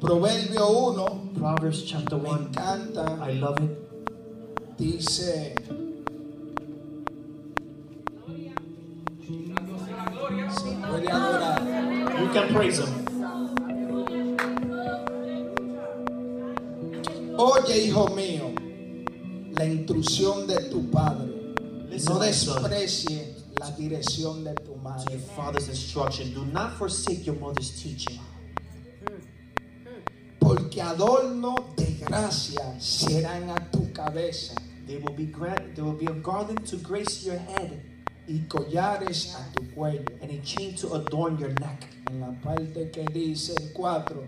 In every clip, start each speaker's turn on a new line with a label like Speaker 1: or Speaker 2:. Speaker 1: Proverbio 1,
Speaker 2: Proverbs chapter
Speaker 1: me
Speaker 2: 1.
Speaker 1: encanta,
Speaker 2: I love it.
Speaker 1: dice, Sí, puede adorar.
Speaker 2: You can praise Him.
Speaker 1: Oye, hijo mío, la instrucción de tu padre.
Speaker 2: Listen,
Speaker 1: No
Speaker 2: my son,
Speaker 1: desprecie la dirección de tu
Speaker 2: to your
Speaker 1: madre.
Speaker 2: father's instruction. Do not forsake your mother's teaching.
Speaker 1: Porque adorno de gracia serán a tu cabeza
Speaker 2: They will be grant. There will be a garland to grace your head,
Speaker 1: y collares a tu cuello.
Speaker 2: and a chain to adorn your neck.
Speaker 1: En la parte que dice el 4.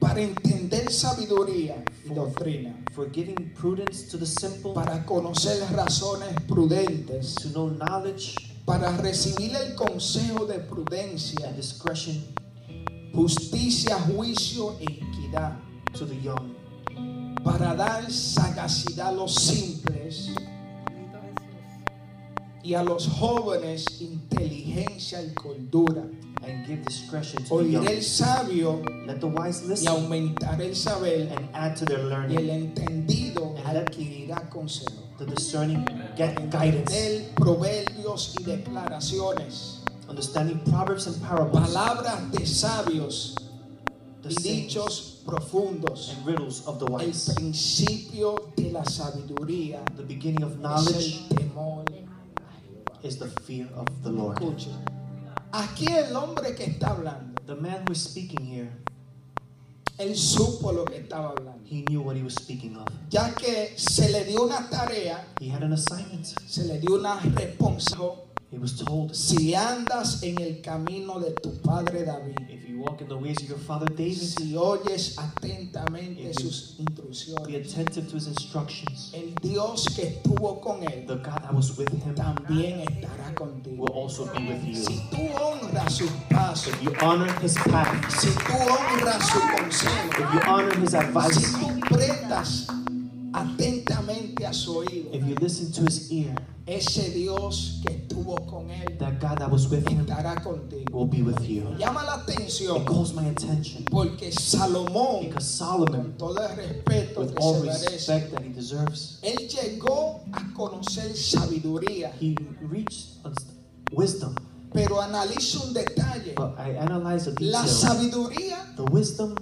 Speaker 1: Para entender sabiduría y doctrina.
Speaker 2: For giving prudence to the simple,
Speaker 1: Para conocer razones prudentes.
Speaker 2: to know knowledge
Speaker 1: Para recibir el consejo de prudencia.
Speaker 2: and discretion
Speaker 1: justicia, juicio, equidad,
Speaker 2: to the young,
Speaker 1: para dar sagacidad a los simples y a los jóvenes inteligencia y cordura.
Speaker 2: and give discretion to the
Speaker 1: Oiré
Speaker 2: young.
Speaker 1: el sabio
Speaker 2: Let the wise
Speaker 1: y
Speaker 2: listen
Speaker 1: aumentaré el saber
Speaker 2: and add to their
Speaker 1: y el
Speaker 2: learning.
Speaker 1: entendido adquirirá consejo.
Speaker 2: The discerning get guidance,
Speaker 1: Del proverbios y declaraciones,
Speaker 2: understanding proverbs and parables,
Speaker 1: palabras de sabios
Speaker 2: the
Speaker 1: y
Speaker 2: sayings
Speaker 1: dichos profundos,
Speaker 2: and riddles of the
Speaker 1: el
Speaker 2: wise.
Speaker 1: principio de la sabiduría
Speaker 2: The beginning of
Speaker 1: es
Speaker 2: knowledge
Speaker 1: el temor.
Speaker 2: is the fear of the Lord.
Speaker 1: Escuche. Aquí el hombre que está hablando,
Speaker 2: The man who is speaking here,
Speaker 1: él supo lo que estaba hablando.
Speaker 2: he knew what he was speaking of.
Speaker 1: Ya que se le dio una tarea,
Speaker 2: He had an assignment.
Speaker 1: se le dio una responsabilidad.
Speaker 2: He was told,
Speaker 1: Si andas en el camino de tu padre David,
Speaker 2: if you walk in the ways of your father David,
Speaker 1: si oyes atentamente sus
Speaker 2: be
Speaker 1: instrucciones,
Speaker 2: attentive to his instructions.
Speaker 1: el Dios que estuvo con él
Speaker 2: The God that was with him
Speaker 1: también estará
Speaker 2: will
Speaker 1: contigo.
Speaker 2: also be with you.
Speaker 1: Si tú honras sus pasos,
Speaker 2: If you honor his path,
Speaker 1: si tú honras su consejo,
Speaker 2: if you honor his
Speaker 1: Si
Speaker 2: advice,
Speaker 1: tú prestas atentamente a su oído,
Speaker 2: if you listen to his ear,
Speaker 1: ese Dios que estuvo con él
Speaker 2: that God that was with him
Speaker 1: estará contigo.
Speaker 2: will be with you.
Speaker 1: Llama la
Speaker 2: It
Speaker 1: atención
Speaker 2: calls my attention
Speaker 1: porque Salomón,
Speaker 2: because Solomon,
Speaker 1: con todo el respeto
Speaker 2: with
Speaker 1: que
Speaker 2: all
Speaker 1: se merece,
Speaker 2: respect that he deserves,
Speaker 1: él llegó a conocer sabiduría,
Speaker 2: he reached wisdom.
Speaker 1: pero analiza un detalle.
Speaker 2: But I analyze the
Speaker 1: La
Speaker 2: details.
Speaker 1: sabiduría,
Speaker 2: The wisdom,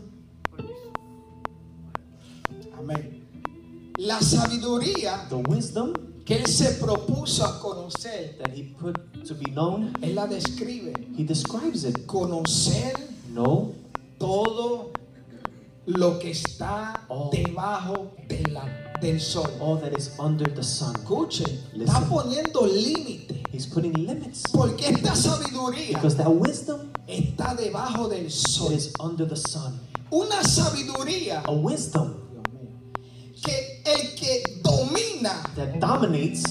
Speaker 1: amén. La sabiduría
Speaker 2: the wisdom
Speaker 1: que él se propuso a conocer,
Speaker 2: that he put to be known,
Speaker 1: él la describe.
Speaker 2: he describes it.
Speaker 1: Conocer
Speaker 2: Know
Speaker 1: todo lo que está
Speaker 2: Oh.
Speaker 1: debajo de la- del sol.
Speaker 2: all that is under the sun.
Speaker 1: Escuchen, está
Speaker 2: Listen.
Speaker 1: poniendo límite.
Speaker 2: He's putting limits
Speaker 1: Porque esta sabiduría
Speaker 2: because that wisdom
Speaker 1: está debajo del sol.
Speaker 2: is under the sun.
Speaker 1: Una sabiduría
Speaker 2: A wisdom
Speaker 1: que el que domina
Speaker 2: that dominates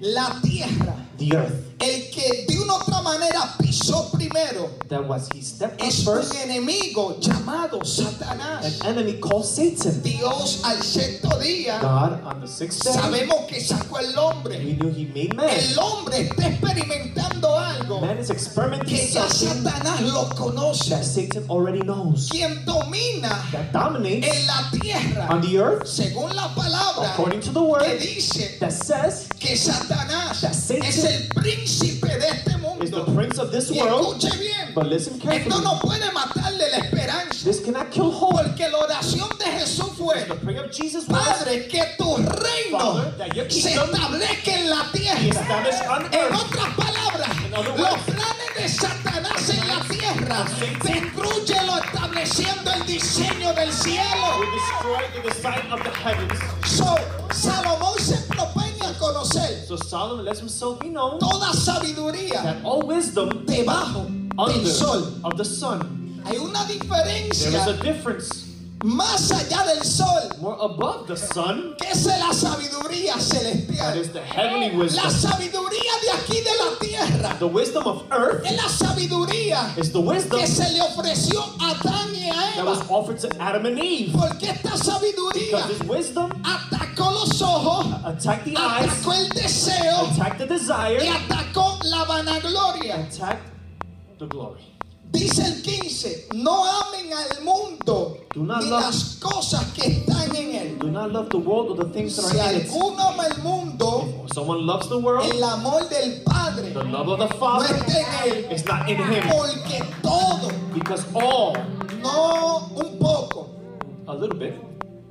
Speaker 1: la tierra,
Speaker 2: the earth.
Speaker 1: el que de una otra manera pisó primero,
Speaker 2: That was he stepped up
Speaker 1: es un
Speaker 2: first,
Speaker 1: enemigo llamado
Speaker 2: an
Speaker 1: Satanás.
Speaker 2: enemy called Satan.
Speaker 1: Dios al sexto día,
Speaker 2: God on the sixth day,
Speaker 1: sabemos que sacó al hombre.
Speaker 2: we knew he made man.
Speaker 1: El hombre está experimentando algo
Speaker 2: Man is experimenting
Speaker 1: que ya
Speaker 2: something
Speaker 1: Satanás lo conoce.
Speaker 2: that Satan already knows.
Speaker 1: Quien domina
Speaker 2: That dominates
Speaker 1: en la tierra,
Speaker 2: on the earth,
Speaker 1: según la palabra
Speaker 2: according to the
Speaker 1: que
Speaker 2: word,
Speaker 1: dice
Speaker 2: that says
Speaker 1: que Satanás
Speaker 2: That Satan
Speaker 1: es el príncipe de este
Speaker 2: is the
Speaker 1: mundo.
Speaker 2: prince of this
Speaker 1: Y
Speaker 2: world.
Speaker 1: escuche bien,
Speaker 2: But listen
Speaker 1: esto
Speaker 2: carefully.
Speaker 1: no puede matarle la esperanza,
Speaker 2: This cannot kill hope.
Speaker 1: porque la oración de Jesús fue,
Speaker 2: The prayer of Jesus was
Speaker 1: Padre, que tu reino
Speaker 2: Father, that your
Speaker 1: se
Speaker 2: kingdom
Speaker 1: establezca en la
Speaker 2: be
Speaker 1: tierra.
Speaker 2: established on
Speaker 1: En
Speaker 2: earth.
Speaker 1: otras palabras,
Speaker 2: In other
Speaker 1: los
Speaker 2: words,
Speaker 1: planes de Satanás en la tierra,
Speaker 2: Satan-
Speaker 1: destruyelo estableciendo el diseño del
Speaker 2: We
Speaker 1: cielo.
Speaker 2: destroyed the design of the heavens.
Speaker 1: So, Salomón se propone a conocer
Speaker 2: So Solomon lets himself be known
Speaker 1: toda sabiduría
Speaker 2: that all wisdom
Speaker 1: debajo del
Speaker 2: under
Speaker 1: sol.
Speaker 2: of the sun.
Speaker 1: Hay una
Speaker 2: There is
Speaker 1: diferencia
Speaker 2: a difference
Speaker 1: más allá del sol,
Speaker 2: more above the sun.
Speaker 1: que es la sabiduría
Speaker 2: That
Speaker 1: celestial.
Speaker 2: is the heavenly
Speaker 1: La
Speaker 2: wisdom.
Speaker 1: sabiduría de aquí de la tierra
Speaker 2: The wisdom of earth
Speaker 1: es la sabiduría
Speaker 2: is the wisdom
Speaker 1: que se le ofreció a Adán y a
Speaker 2: that
Speaker 1: Eva.
Speaker 2: was offered to Adam and Eve.
Speaker 1: Porque esta sabiduría
Speaker 2: Because this wisdom
Speaker 1: atacó los ojos,
Speaker 2: attacked the eyes,
Speaker 1: atacó el deseo
Speaker 2: attacked the desire,
Speaker 1: y atacó la vanagloria.
Speaker 2: attacked the glory.
Speaker 1: Dice el 15, no amen al mundo
Speaker 2: Do not
Speaker 1: ni
Speaker 2: love-
Speaker 1: las cosas que están en él.
Speaker 2: Do not love the world or the things that
Speaker 1: Si
Speaker 2: are in it.
Speaker 1: alguno ama el mundo,
Speaker 2: If someone loves the world,
Speaker 1: el amor del Padre
Speaker 2: the love of the
Speaker 1: no
Speaker 2: Father
Speaker 1: está en él.
Speaker 2: is not in him.
Speaker 1: Porque todo,
Speaker 2: Because all,
Speaker 1: no un poco,
Speaker 2: a little bit,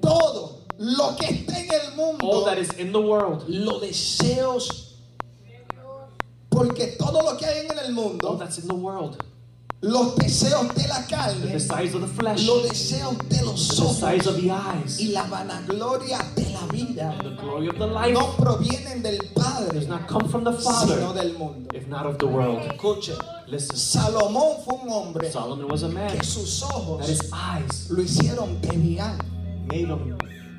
Speaker 1: todo lo que está en el
Speaker 2: all
Speaker 1: mundo,
Speaker 2: Oh, that is in the world,
Speaker 1: los deseos, porque todo lo que hay en el
Speaker 2: all
Speaker 1: mundo,
Speaker 2: that's in the world,
Speaker 1: los deseos de la
Speaker 2: the
Speaker 1: carne,
Speaker 2: desires of the flesh,
Speaker 1: los
Speaker 2: the
Speaker 1: deseos de los ojos
Speaker 2: desires of the
Speaker 1: y
Speaker 2: eyes,
Speaker 1: la vanagloria de la vida
Speaker 2: and the glory of the life
Speaker 1: no provienen del
Speaker 2: does
Speaker 1: Padre,
Speaker 2: not come from the
Speaker 1: sino
Speaker 2: Father,
Speaker 1: del mundo.
Speaker 2: if not of the world.
Speaker 1: Escuchen,
Speaker 2: Listen,
Speaker 1: Salomón fue un hombre
Speaker 2: Solomon was a man
Speaker 1: que sus
Speaker 2: that
Speaker 1: ojos
Speaker 2: his eyes
Speaker 1: lo hicieron genial,
Speaker 2: made him,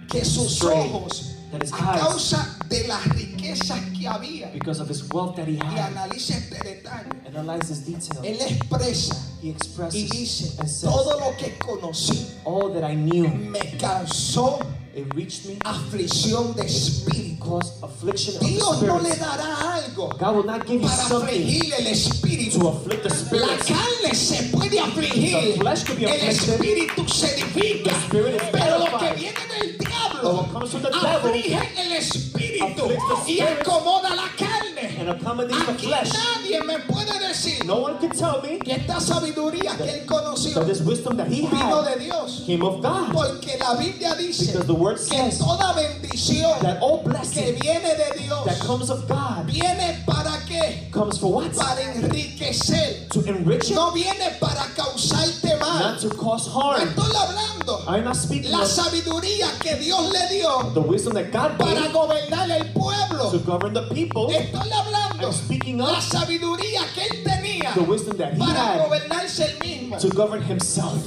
Speaker 1: que sus
Speaker 2: Straight.
Speaker 1: ojos
Speaker 2: that his
Speaker 1: a
Speaker 2: eyes,
Speaker 1: causa de las riquezas que había,
Speaker 2: because of his wealth that he
Speaker 1: y
Speaker 2: had,
Speaker 1: analice este detalle,
Speaker 2: analyzes detail.
Speaker 1: él expresa
Speaker 2: He
Speaker 1: y
Speaker 2: expresses
Speaker 1: dice,
Speaker 2: and says,
Speaker 1: todo lo que conocí
Speaker 2: all that I knew,
Speaker 1: me causó
Speaker 2: it reached me
Speaker 1: aflicción de espíritu.
Speaker 2: because affliction of
Speaker 1: Dios no
Speaker 2: the
Speaker 1: le
Speaker 2: spirit.
Speaker 1: dará algo
Speaker 2: God will not give you
Speaker 1: para
Speaker 2: something
Speaker 1: afligir el
Speaker 2: to
Speaker 1: espíritu.
Speaker 2: afflict the
Speaker 1: La
Speaker 2: spirit.
Speaker 1: carne se puede
Speaker 2: The
Speaker 1: afligir,
Speaker 2: flesh could be
Speaker 1: el
Speaker 2: afflicted.
Speaker 1: espíritu se edifica,
Speaker 2: The spirit is
Speaker 1: pero lo que
Speaker 2: edified.
Speaker 1: viene del diablo
Speaker 2: What comes from the devil
Speaker 1: aflige el espíritu
Speaker 2: afflicts the
Speaker 1: y
Speaker 2: spirit.
Speaker 1: acomoda la carne.
Speaker 2: And accommodate the
Speaker 1: Aquí
Speaker 2: flesh.
Speaker 1: nadie me puede decir
Speaker 2: No one can tell me
Speaker 1: que esta sabiduría que él conoció
Speaker 2: that this wisdom that he
Speaker 1: vino
Speaker 2: had
Speaker 1: de Dios.
Speaker 2: came of God.
Speaker 1: Porque la Biblia dice
Speaker 2: Because the word
Speaker 1: que
Speaker 2: says
Speaker 1: toda bendición
Speaker 2: that all
Speaker 1: que
Speaker 2: blessing
Speaker 1: viene de Dios
Speaker 2: that comes of God
Speaker 1: viene para qué?
Speaker 2: comes for what?
Speaker 1: Para enriquecer.
Speaker 2: To enrich you,
Speaker 1: No viene para causarte
Speaker 2: not
Speaker 1: mal.
Speaker 2: to cause
Speaker 1: No
Speaker 2: harm.
Speaker 1: estoy hablando.
Speaker 2: I'm not speaking
Speaker 1: La
Speaker 2: of
Speaker 1: sabiduría que Dios le dio
Speaker 2: the wisdom that God
Speaker 1: para
Speaker 2: gave
Speaker 1: gobernar el
Speaker 2: to
Speaker 1: pueblo.
Speaker 2: govern the people.
Speaker 1: Estoy hablando.
Speaker 2: I'm speaking
Speaker 1: La
Speaker 2: of
Speaker 1: sabiduría que él tenía
Speaker 2: the wisdom that he
Speaker 1: para
Speaker 2: had
Speaker 1: gobernarse el mismo.
Speaker 2: to govern himself.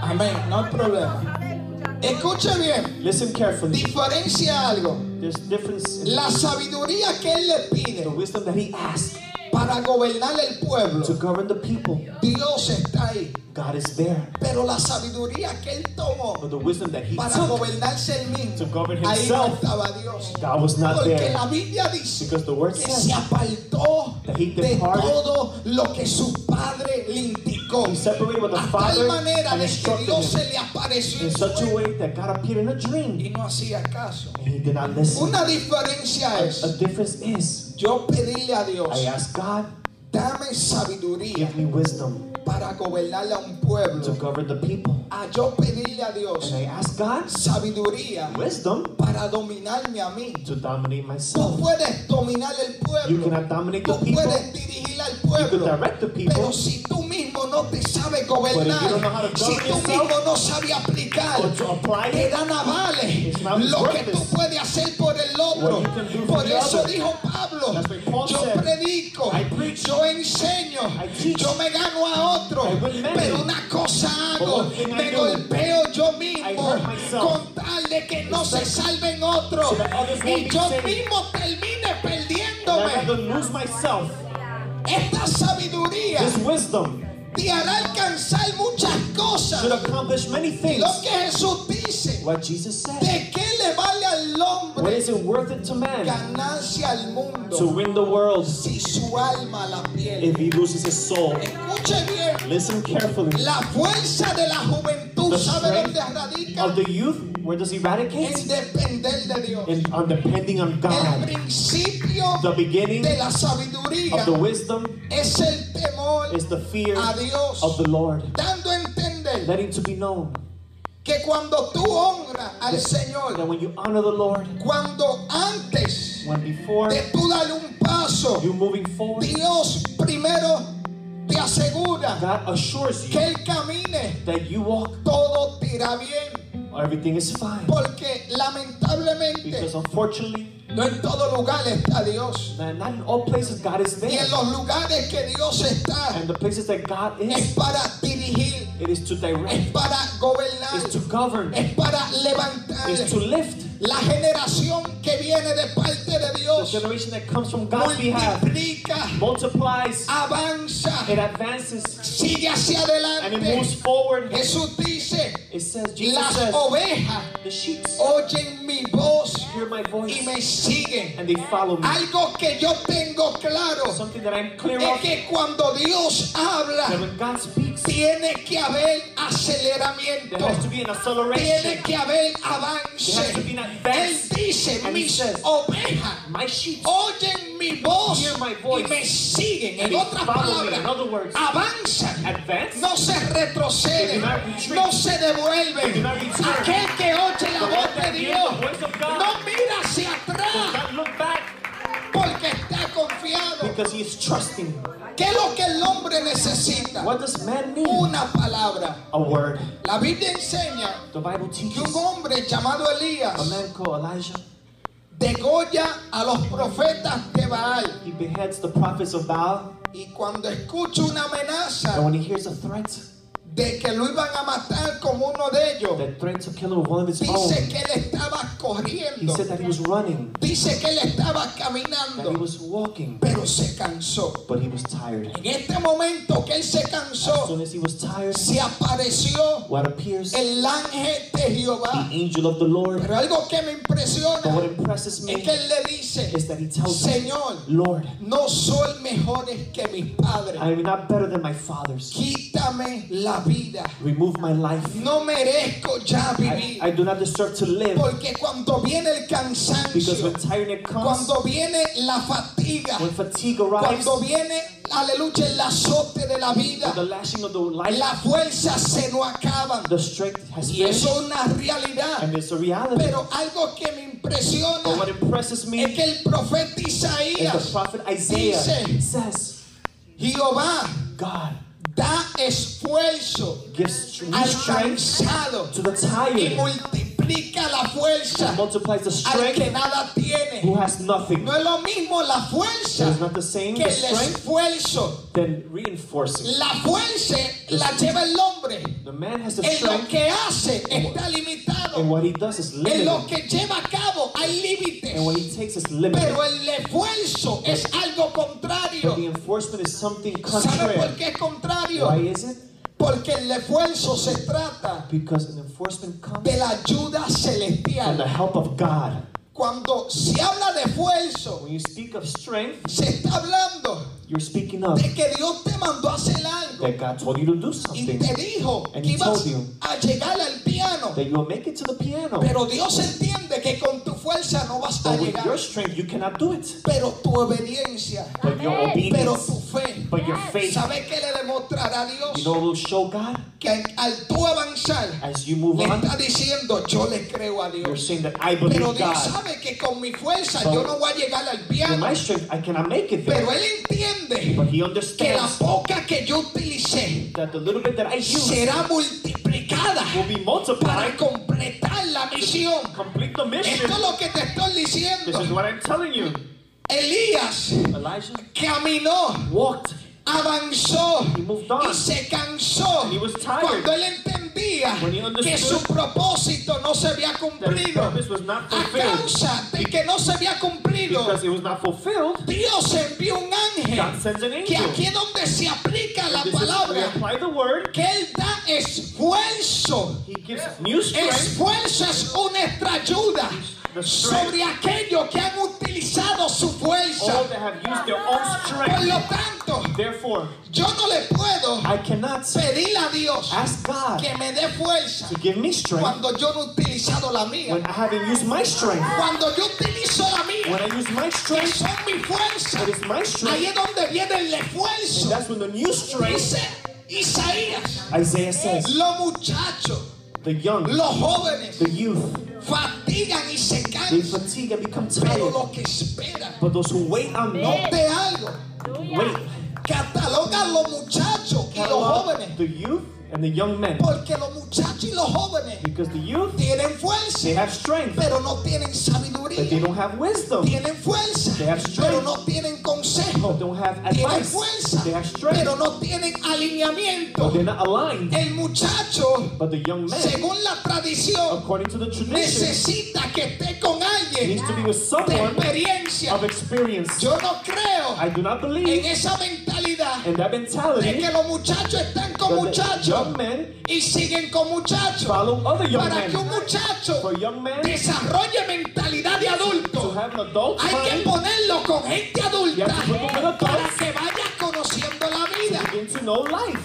Speaker 1: Amén, no hay problema. Escuche bien.
Speaker 2: Listen carefully.
Speaker 1: Diferencia algo.
Speaker 2: There's difference in
Speaker 1: La sabiduría que él le
Speaker 2: the
Speaker 1: pide
Speaker 2: wisdom that he asked
Speaker 1: para gobernar el pueblo,
Speaker 2: to govern the people.
Speaker 1: Dios está ahí.
Speaker 2: God is there.
Speaker 1: Pero la sabiduría que él tomó
Speaker 2: But the wisdom that he
Speaker 1: para
Speaker 2: took,
Speaker 1: gobernarse él
Speaker 2: To
Speaker 1: mismo,
Speaker 2: govern
Speaker 1: ahí no
Speaker 2: himself.
Speaker 1: estaba Dios.
Speaker 2: God was not
Speaker 1: Porque
Speaker 2: there.
Speaker 1: la Biblia dice
Speaker 2: Because the word
Speaker 1: que se
Speaker 2: says
Speaker 1: apartó
Speaker 2: that he
Speaker 1: de
Speaker 2: departed.
Speaker 1: todo lo que su padre le indicó.
Speaker 2: he separated with the
Speaker 1: A tal
Speaker 2: Father
Speaker 1: manera
Speaker 2: and
Speaker 1: de que
Speaker 2: instructed
Speaker 1: Dios
Speaker 2: him
Speaker 1: se le apareció
Speaker 2: in
Speaker 1: en
Speaker 2: such a
Speaker 1: sueño
Speaker 2: way that God appeared in a dream.
Speaker 1: y no hacía caso.
Speaker 2: And he did not listen.
Speaker 1: Una diferencia
Speaker 2: A
Speaker 1: es,
Speaker 2: difference is,
Speaker 1: yo pedirle a Dios,
Speaker 2: I asked God,
Speaker 1: dame sabiduría
Speaker 2: give me wisdom
Speaker 1: para gobernar a un
Speaker 2: to
Speaker 1: pueblo.
Speaker 2: govern the people.
Speaker 1: A yo pedirle a Dios
Speaker 2: And I asked God,
Speaker 1: sabiduría
Speaker 2: wisdom
Speaker 1: para dominarme a mí.
Speaker 2: to dominate
Speaker 1: Tú
Speaker 2: myself.
Speaker 1: puedes dominar el
Speaker 2: You
Speaker 1: pueblo.
Speaker 2: cannot dominate the
Speaker 1: Tú
Speaker 2: people.
Speaker 1: puedes dirigir al
Speaker 2: You can
Speaker 1: pueblo.
Speaker 2: direct the
Speaker 1: Pero
Speaker 2: people.
Speaker 1: si tú mismo no te sabes
Speaker 2: But if you don't know how
Speaker 1: gobernar,
Speaker 2: to
Speaker 1: si
Speaker 2: govern
Speaker 1: tú
Speaker 2: yourself
Speaker 1: mismo no sabes aplicar,
Speaker 2: or to apply
Speaker 1: te
Speaker 2: it,
Speaker 1: dan avales
Speaker 2: It's not
Speaker 1: lo que
Speaker 2: worth
Speaker 1: tú
Speaker 2: it.
Speaker 1: puedes hacer por el otro.
Speaker 2: What you can do for
Speaker 1: Por
Speaker 2: the
Speaker 1: eso
Speaker 2: other.
Speaker 1: dijo Pablo,
Speaker 2: That's what Paul
Speaker 1: yo
Speaker 2: said.
Speaker 1: predico,
Speaker 2: I preach.
Speaker 1: yo enseño,
Speaker 2: I teach.
Speaker 1: yo me gano a otro,
Speaker 2: I win many.
Speaker 1: pero una cosa
Speaker 2: But
Speaker 1: hago,
Speaker 2: one thing I
Speaker 1: me
Speaker 2: do.
Speaker 1: golpeo yo mismo
Speaker 2: hurt myself.
Speaker 1: con tal de que no se salven otros
Speaker 2: So that others won't
Speaker 1: y
Speaker 2: be
Speaker 1: yo
Speaker 2: saved.
Speaker 1: mismo termine
Speaker 2: And I rather
Speaker 1: perdiéndome.
Speaker 2: lose myself.
Speaker 1: Esta sabiduría
Speaker 2: This wisdom
Speaker 1: te hará alcanzar muchas
Speaker 2: should
Speaker 1: cosas.
Speaker 2: accomplish many things.
Speaker 1: Lo que Jesús dice,
Speaker 2: What Jesus said.
Speaker 1: ¿de qué le vale al
Speaker 2: What
Speaker 1: hombre
Speaker 2: is it worth it to man
Speaker 1: ganancia al mundo
Speaker 2: to win the world
Speaker 1: si su alma la pierde.
Speaker 2: if he loses his soul?
Speaker 1: Escuche bien,
Speaker 2: Listen carefully.
Speaker 1: la fuerza de la juventud
Speaker 2: The
Speaker 1: sabe
Speaker 2: strength
Speaker 1: dónde radica
Speaker 2: Of the youth, where does he
Speaker 1: en
Speaker 2: eradicate?
Speaker 1: depender de Dios.
Speaker 2: And on depending on
Speaker 1: El
Speaker 2: God.
Speaker 1: principio
Speaker 2: The beginning
Speaker 1: de la
Speaker 2: of
Speaker 1: sabiduría
Speaker 2: the wisdom
Speaker 1: es el temor
Speaker 2: is the fear
Speaker 1: a Dios,
Speaker 2: of the Lord.
Speaker 1: dando a entender
Speaker 2: Letting to be known
Speaker 1: que cuando tú honras al Señor,
Speaker 2: that when you honor the Lord,
Speaker 1: cuando antes
Speaker 2: when before
Speaker 1: de tú dar un paso,
Speaker 2: you moving forward,
Speaker 1: Dios primero te asegura
Speaker 2: God assures
Speaker 1: que
Speaker 2: you
Speaker 1: Él camine,
Speaker 2: that you walk,
Speaker 1: todo te irá bien.
Speaker 2: everything is fine.
Speaker 1: Porque lamentablemente
Speaker 2: Because unfortunately,
Speaker 1: no en todo lugar está Dios.
Speaker 2: not not in all places God is
Speaker 1: Y
Speaker 2: there.
Speaker 1: en los lugares que Dios está
Speaker 2: And the places that God
Speaker 1: es
Speaker 2: is,
Speaker 1: para dirigir,
Speaker 2: it is to
Speaker 1: es
Speaker 2: direct,
Speaker 1: para gobernar,
Speaker 2: is to govern,
Speaker 1: es para levantar.
Speaker 2: is to lift.
Speaker 1: La generación que viene de parte de
Speaker 2: The
Speaker 1: Dios
Speaker 2: generation that comes from God's behalf
Speaker 1: multiplica,
Speaker 2: multiplies,
Speaker 1: avanza,
Speaker 2: it advances,
Speaker 1: sigue hacia
Speaker 2: and it moves
Speaker 1: adelante.
Speaker 2: forward.
Speaker 1: Jesús dice,
Speaker 2: It says, Jesus
Speaker 1: las
Speaker 2: says,
Speaker 1: ovejas
Speaker 2: the sheep
Speaker 1: oyen mi voz
Speaker 2: hear my
Speaker 1: y
Speaker 2: voice
Speaker 1: me siguen.
Speaker 2: and they follow me.
Speaker 1: Algo que yo tengo claro
Speaker 2: Something that I'm clear
Speaker 1: es
Speaker 2: of,
Speaker 1: que cuando Dios
Speaker 2: that
Speaker 1: habla,
Speaker 2: when God speaks,
Speaker 1: tiene que haber
Speaker 2: there
Speaker 1: aceleramiento.
Speaker 2: has to be an
Speaker 1: Tiene
Speaker 2: acceleration.
Speaker 1: que haber avance.
Speaker 2: There has to be an
Speaker 1: Él
Speaker 2: advance.
Speaker 1: dice,
Speaker 2: And he
Speaker 1: mis
Speaker 2: says,
Speaker 1: ovejas
Speaker 2: My sheep
Speaker 1: oyen mi voz
Speaker 2: Hear
Speaker 1: y
Speaker 2: my voice.
Speaker 1: me siguen. En
Speaker 2: they
Speaker 1: otras
Speaker 2: follow me. In
Speaker 1: palabras,
Speaker 2: other words,
Speaker 1: avanzan.
Speaker 2: advance.
Speaker 1: No se
Speaker 2: They
Speaker 1: retroceden,
Speaker 2: do not retreat.
Speaker 1: no se
Speaker 2: They do
Speaker 1: devuelven.
Speaker 2: not return.
Speaker 1: Aquel que oye la
Speaker 2: The
Speaker 1: voz
Speaker 2: one
Speaker 1: de
Speaker 2: that hears
Speaker 1: Dios
Speaker 2: the voice of God
Speaker 1: no mira hacia
Speaker 2: does
Speaker 1: atrás
Speaker 2: not look back
Speaker 1: porque está confiado.
Speaker 2: because he is trusting.
Speaker 1: ¿Qué es lo que el hombre necesita?
Speaker 2: What does man need?
Speaker 1: Una palabra.
Speaker 2: A word.
Speaker 1: La Biblia enseña
Speaker 2: The Bible
Speaker 1: que
Speaker 2: teaches
Speaker 1: un hombre llamado Elías
Speaker 2: a man called Elijah.
Speaker 1: degolla a los profetas de Baal.
Speaker 2: He beheads the prophets of Baal,
Speaker 1: Y cuando escucha una amenaza
Speaker 2: and when he hears a threat,
Speaker 1: de que lo iban a matar como uno de ellos,
Speaker 2: that threat to kill him with one of his own,
Speaker 1: dice que él estaba
Speaker 2: he
Speaker 1: corriendo,
Speaker 2: said that he was running,
Speaker 1: dice que él estaba
Speaker 2: that he
Speaker 1: caminando,
Speaker 2: was walking,
Speaker 1: pero se cansó.
Speaker 2: but he was tired.
Speaker 1: En este momento que él se
Speaker 2: As
Speaker 1: cansó,
Speaker 2: soon as he was tired,
Speaker 1: se apareció
Speaker 2: what appears the
Speaker 1: el ángel de Jehová.
Speaker 2: angel of the Lord.
Speaker 1: Pero algo que me
Speaker 2: But what
Speaker 1: impresiona
Speaker 2: impresses
Speaker 1: es
Speaker 2: me
Speaker 1: que él le dice,
Speaker 2: is that he tells me,
Speaker 1: Señor,
Speaker 2: Lord,
Speaker 1: no soy mejores que mis padres.
Speaker 2: I am not better than my fathers.
Speaker 1: Quítame la vida.
Speaker 2: Remove my life.
Speaker 1: No merezco ya
Speaker 2: I,
Speaker 1: vivir.
Speaker 2: I do not deserve to live
Speaker 1: Porque cuando viene el
Speaker 2: because
Speaker 1: cansancio,
Speaker 2: when tiredness comes,
Speaker 1: cuando viene la fatiga,
Speaker 2: when fatigue arrives,
Speaker 1: cuando viene, aleluya, el azote de la vida,
Speaker 2: the lashing of the life,
Speaker 1: las fuerzas se nos acaban.
Speaker 2: the strength has
Speaker 1: Y
Speaker 2: finished,
Speaker 1: eso es una realidad.
Speaker 2: and it's a reality.
Speaker 1: Pero algo que me
Speaker 2: But what
Speaker 1: impresiona
Speaker 2: impresses
Speaker 1: es
Speaker 2: me
Speaker 1: que el profeta
Speaker 2: is
Speaker 1: Isaías,
Speaker 2: the prophet Isaiah
Speaker 1: Dice-
Speaker 2: says,
Speaker 1: Jehová,
Speaker 2: God
Speaker 1: da esfuerzo
Speaker 2: gives new
Speaker 1: al
Speaker 2: strength
Speaker 1: cansado
Speaker 2: to the
Speaker 1: y
Speaker 2: tired,
Speaker 1: multiplica la fuerza
Speaker 2: multiplies the
Speaker 1: al que
Speaker 2: strength
Speaker 1: nada tiene.
Speaker 2: who has nothing.
Speaker 1: No es lo mismo la
Speaker 2: It
Speaker 1: fuerza
Speaker 2: is not the same
Speaker 1: que
Speaker 2: the
Speaker 1: el
Speaker 2: strength
Speaker 1: esfuerzo.
Speaker 2: than reinforcing.
Speaker 1: La fuerza la lleva el hombre.
Speaker 2: The man has the
Speaker 1: En lo
Speaker 2: strength,
Speaker 1: que hace está
Speaker 2: and
Speaker 1: limitado.
Speaker 2: what he does is
Speaker 1: En lo
Speaker 2: limited,
Speaker 1: que lleva a cabo hay
Speaker 2: and what
Speaker 1: límites.
Speaker 2: he takes is limited.
Speaker 1: Pero el esfuerzo es algo
Speaker 2: But
Speaker 1: contrario.
Speaker 2: the enforcement is something
Speaker 1: ¿Sabe por
Speaker 2: contrary.
Speaker 1: qué es contrario?
Speaker 2: Why is it?
Speaker 1: Porque el esfuerzo se trata
Speaker 2: Because an enforcement comes
Speaker 1: de la ayuda
Speaker 2: from the
Speaker 1: celestial.
Speaker 2: help of God.
Speaker 1: Cuando se habla de esfuerzo,
Speaker 2: When you speak of strength,
Speaker 1: se está hablando
Speaker 2: you're speaking of
Speaker 1: de que Dios te mandó a hacer algo.
Speaker 2: that God told you to do
Speaker 1: y
Speaker 2: something,
Speaker 1: te dijo
Speaker 2: And
Speaker 1: que
Speaker 2: he
Speaker 1: ibas
Speaker 2: told you.
Speaker 1: a llegar al piano,
Speaker 2: that you will make it to the piano.
Speaker 1: pero Dios entiende que con tu fuerza no vas a
Speaker 2: But with your
Speaker 1: llegar,
Speaker 2: strength, you cannot do it.
Speaker 1: pero tu obediencia,
Speaker 2: But your
Speaker 1: pero tu
Speaker 2: obedience,
Speaker 1: fe,
Speaker 2: but your faith,
Speaker 1: ¿sabe qué le demostrará
Speaker 2: you
Speaker 1: Dios?
Speaker 2: know, will show God
Speaker 1: Que al tú avanzar,
Speaker 2: as you move
Speaker 1: le
Speaker 2: on.
Speaker 1: está diciendo, yo le creo a
Speaker 2: You're
Speaker 1: Dios,
Speaker 2: saying that I
Speaker 1: pero
Speaker 2: believe
Speaker 1: Dios
Speaker 2: God.
Speaker 1: sabe que con mi fuerza
Speaker 2: But
Speaker 1: yo no voy a llegar al
Speaker 2: With
Speaker 1: piano,
Speaker 2: my strength, I cannot make it there.
Speaker 1: pero Él entiende
Speaker 2: But He
Speaker 1: que la
Speaker 2: understands
Speaker 1: poca que yo utilicé
Speaker 2: that the little bit that I use
Speaker 1: será multiplicada
Speaker 2: will be
Speaker 1: para
Speaker 2: multiplied,
Speaker 1: completar la misión.
Speaker 2: complete the mission.
Speaker 1: Esto es lo que te estoy
Speaker 2: This is
Speaker 1: diciendo.
Speaker 2: what I'm telling you.
Speaker 1: Elías
Speaker 2: Elijah
Speaker 1: caminó,
Speaker 2: walked.
Speaker 1: avanzó
Speaker 2: He moved on.
Speaker 1: y se cansó
Speaker 2: He was tired.
Speaker 1: cuando él entendía
Speaker 2: When he understood
Speaker 1: que su propósito no se había
Speaker 2: That his
Speaker 1: cumplido.
Speaker 2: purpose was not
Speaker 1: A
Speaker 2: fulfilled
Speaker 1: causa de que no se había cumplido,
Speaker 2: because it was not fulfilled.
Speaker 1: Dios envió un
Speaker 2: God
Speaker 1: ángel
Speaker 2: sends an
Speaker 1: que
Speaker 2: angel.
Speaker 1: aquí es donde se aplica la
Speaker 2: This is where we
Speaker 1: palabra
Speaker 2: apply the word.
Speaker 1: que él da esfuerzo.
Speaker 2: He gives new strength.
Speaker 1: Esfuerzo es una extra ayuda
Speaker 2: The strength.
Speaker 1: sobre aquellos que han utilizado su fuerza.
Speaker 2: All that have used their own
Speaker 1: Por
Speaker 2: strength.
Speaker 1: lo tanto,
Speaker 2: Therefore,
Speaker 1: yo no le puedo
Speaker 2: I cannot
Speaker 1: pedir a Dios
Speaker 2: ask God
Speaker 1: que me dé fuerza
Speaker 2: to give me strength
Speaker 1: cuando yo no he utilizado la mía.
Speaker 2: when I haven't used my strength.
Speaker 1: Cuando yo utilizo la mía,
Speaker 2: When I use my
Speaker 1: que
Speaker 2: strength,
Speaker 1: son mi fuerza,
Speaker 2: it is my
Speaker 1: ahí
Speaker 2: strength.
Speaker 1: es donde viene el
Speaker 2: And
Speaker 1: esfuerzo.
Speaker 2: that's when the new strength,
Speaker 1: Dice Isaías,
Speaker 2: Isaiah says,
Speaker 1: los muchachos,
Speaker 2: the young,
Speaker 1: los jóvenes,
Speaker 2: the youth,
Speaker 1: fatigan y se
Speaker 2: they
Speaker 1: cansan,
Speaker 2: fatigue and become
Speaker 1: pero
Speaker 2: tired.
Speaker 1: lo que esperan
Speaker 2: But those who wait on no
Speaker 1: de algo,
Speaker 2: wait,
Speaker 1: catalogan los muchachos y los jóvenes,
Speaker 2: the youth and the young men.
Speaker 1: porque los muchachos y los jóvenes
Speaker 2: Because the youth,
Speaker 1: tienen fuerza.
Speaker 2: they have strength,
Speaker 1: pero no tienen
Speaker 2: but they
Speaker 1: sabiduría.
Speaker 2: don't have wisdom.
Speaker 1: Tienen fuerza,
Speaker 2: They have strength.
Speaker 1: pero no tienen
Speaker 2: They
Speaker 1: consejo.
Speaker 2: don't have
Speaker 1: Tienen
Speaker 2: advice.
Speaker 1: fuerza,
Speaker 2: They have strength,
Speaker 1: pero no tienen alineamiento.
Speaker 2: they're not aligned.
Speaker 1: El muchacho,
Speaker 2: But the young men,
Speaker 1: según la tradición,
Speaker 2: according to the tradition,
Speaker 1: necesita que esté con alguien
Speaker 2: needs to be with
Speaker 1: de
Speaker 2: someone
Speaker 1: experiencia.
Speaker 2: of experience.
Speaker 1: Yo no creo
Speaker 2: I do not
Speaker 1: en
Speaker 2: believe
Speaker 1: esa mentalidad
Speaker 2: in that
Speaker 1: de
Speaker 2: mentality
Speaker 1: que los muchachos están con
Speaker 2: that the
Speaker 1: muchachos
Speaker 2: young men
Speaker 1: y siguen con muchachos.
Speaker 2: follow other young
Speaker 1: Para que un
Speaker 2: men.
Speaker 1: muchacho
Speaker 2: For young men to
Speaker 1: desarrolle mentalidad de adulto,
Speaker 2: have an adult
Speaker 1: hay que
Speaker 2: mind,
Speaker 1: ponerlo con gente
Speaker 2: you have to put them with
Speaker 1: adulta para
Speaker 2: adults
Speaker 1: que vaya conociendo la vida.
Speaker 2: begin to know life.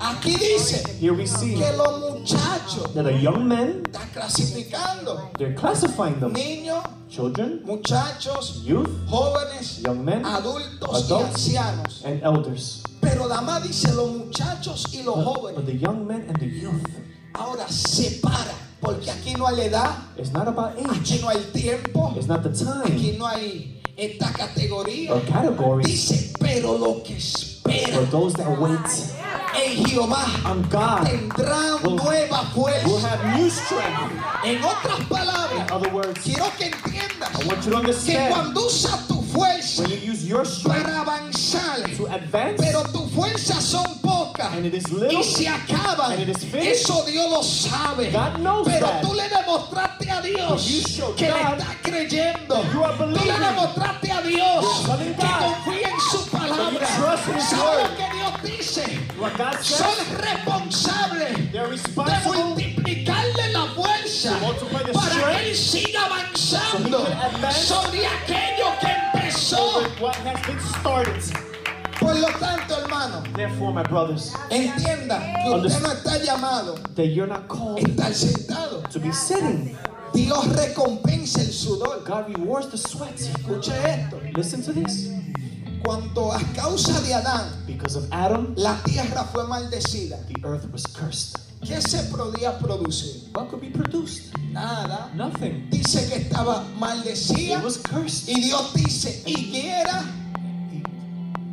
Speaker 1: Aquí dice
Speaker 2: Here we see
Speaker 1: que
Speaker 2: that
Speaker 1: los muchachos
Speaker 2: the young men,
Speaker 1: están clasificando.
Speaker 2: they're classifying them.
Speaker 1: Niños,
Speaker 2: Children,
Speaker 1: muchachos,
Speaker 2: youth,
Speaker 1: jóvenes,
Speaker 2: young men,
Speaker 1: adultos y
Speaker 2: Adults.
Speaker 1: ancianos.
Speaker 2: and elders.
Speaker 1: Pero la más dice los muchachos y los
Speaker 2: But, but
Speaker 1: jóvenes.
Speaker 2: the young men and the youth,
Speaker 1: Ahora separa, porque aquí no hay edad,
Speaker 2: it's not about age.
Speaker 1: aquí no hay tiempo,
Speaker 2: It's not the time
Speaker 1: aquí no hay esta categoría.
Speaker 2: or category
Speaker 1: Dice, pero lo que
Speaker 2: for
Speaker 1: espera
Speaker 2: those that wait
Speaker 1: en Jehová
Speaker 2: on God
Speaker 1: tendrán
Speaker 2: Will-
Speaker 1: nueva
Speaker 2: will
Speaker 1: fuerza.
Speaker 2: have new strength.
Speaker 1: En otras
Speaker 2: In
Speaker 1: palabras,
Speaker 2: other words,
Speaker 1: quiero que entiendas
Speaker 2: I want you to
Speaker 1: que
Speaker 2: understand
Speaker 1: cuando usas tu fuerza
Speaker 2: when you use your strength
Speaker 1: para avanzar,
Speaker 2: to advance,
Speaker 1: pero tus fuerzas son pocas
Speaker 2: and it is
Speaker 1: y
Speaker 2: little,
Speaker 1: se acaban,
Speaker 2: and it is finished.
Speaker 1: eso Dios lo sabe.
Speaker 2: God knows
Speaker 1: Pero
Speaker 2: that.
Speaker 1: tú le demostraste a
Speaker 2: You
Speaker 1: Dios
Speaker 2: showed
Speaker 1: que le
Speaker 2: God
Speaker 1: estás creyendo.
Speaker 2: that you are
Speaker 1: Tú le
Speaker 2: believing.
Speaker 1: demostraste a Dios
Speaker 2: You're telling
Speaker 1: que
Speaker 2: God
Speaker 1: confía en su
Speaker 2: you
Speaker 1: palabra.
Speaker 2: trust in His
Speaker 1: ¿Sabes
Speaker 2: word.
Speaker 1: lo que Dios dice?
Speaker 2: What God
Speaker 1: Son
Speaker 2: says,
Speaker 1: responsables de
Speaker 2: they're responsible
Speaker 1: multiplicarle la fuerza
Speaker 2: to multiply the
Speaker 1: para que
Speaker 2: strength
Speaker 1: él siga avanzando
Speaker 2: so he can advance
Speaker 1: sobre aquello que empezó.
Speaker 2: over what has been started.
Speaker 1: Por lo tanto, hermano,
Speaker 2: Therefore, my brothers,
Speaker 1: entienda que usted no está llamado
Speaker 2: that you're not
Speaker 1: a
Speaker 2: called
Speaker 1: estar sentado.
Speaker 2: to be sitting.
Speaker 1: Dios recompensa el sudor.
Speaker 2: God rewards the sweat.
Speaker 1: Escuche esto.
Speaker 2: Listen to this.
Speaker 1: Cuando a causa de Adán
Speaker 2: Because of Adam,
Speaker 1: la tierra fue maldecida,
Speaker 2: the earth was cursed.
Speaker 1: ¿qué se podía producir?
Speaker 2: What could be produced?
Speaker 1: Nada.
Speaker 2: Nothing.
Speaker 1: Dice que estaba
Speaker 2: It
Speaker 1: maldecida
Speaker 2: was cursed.
Speaker 1: y Dios dice, y quiera,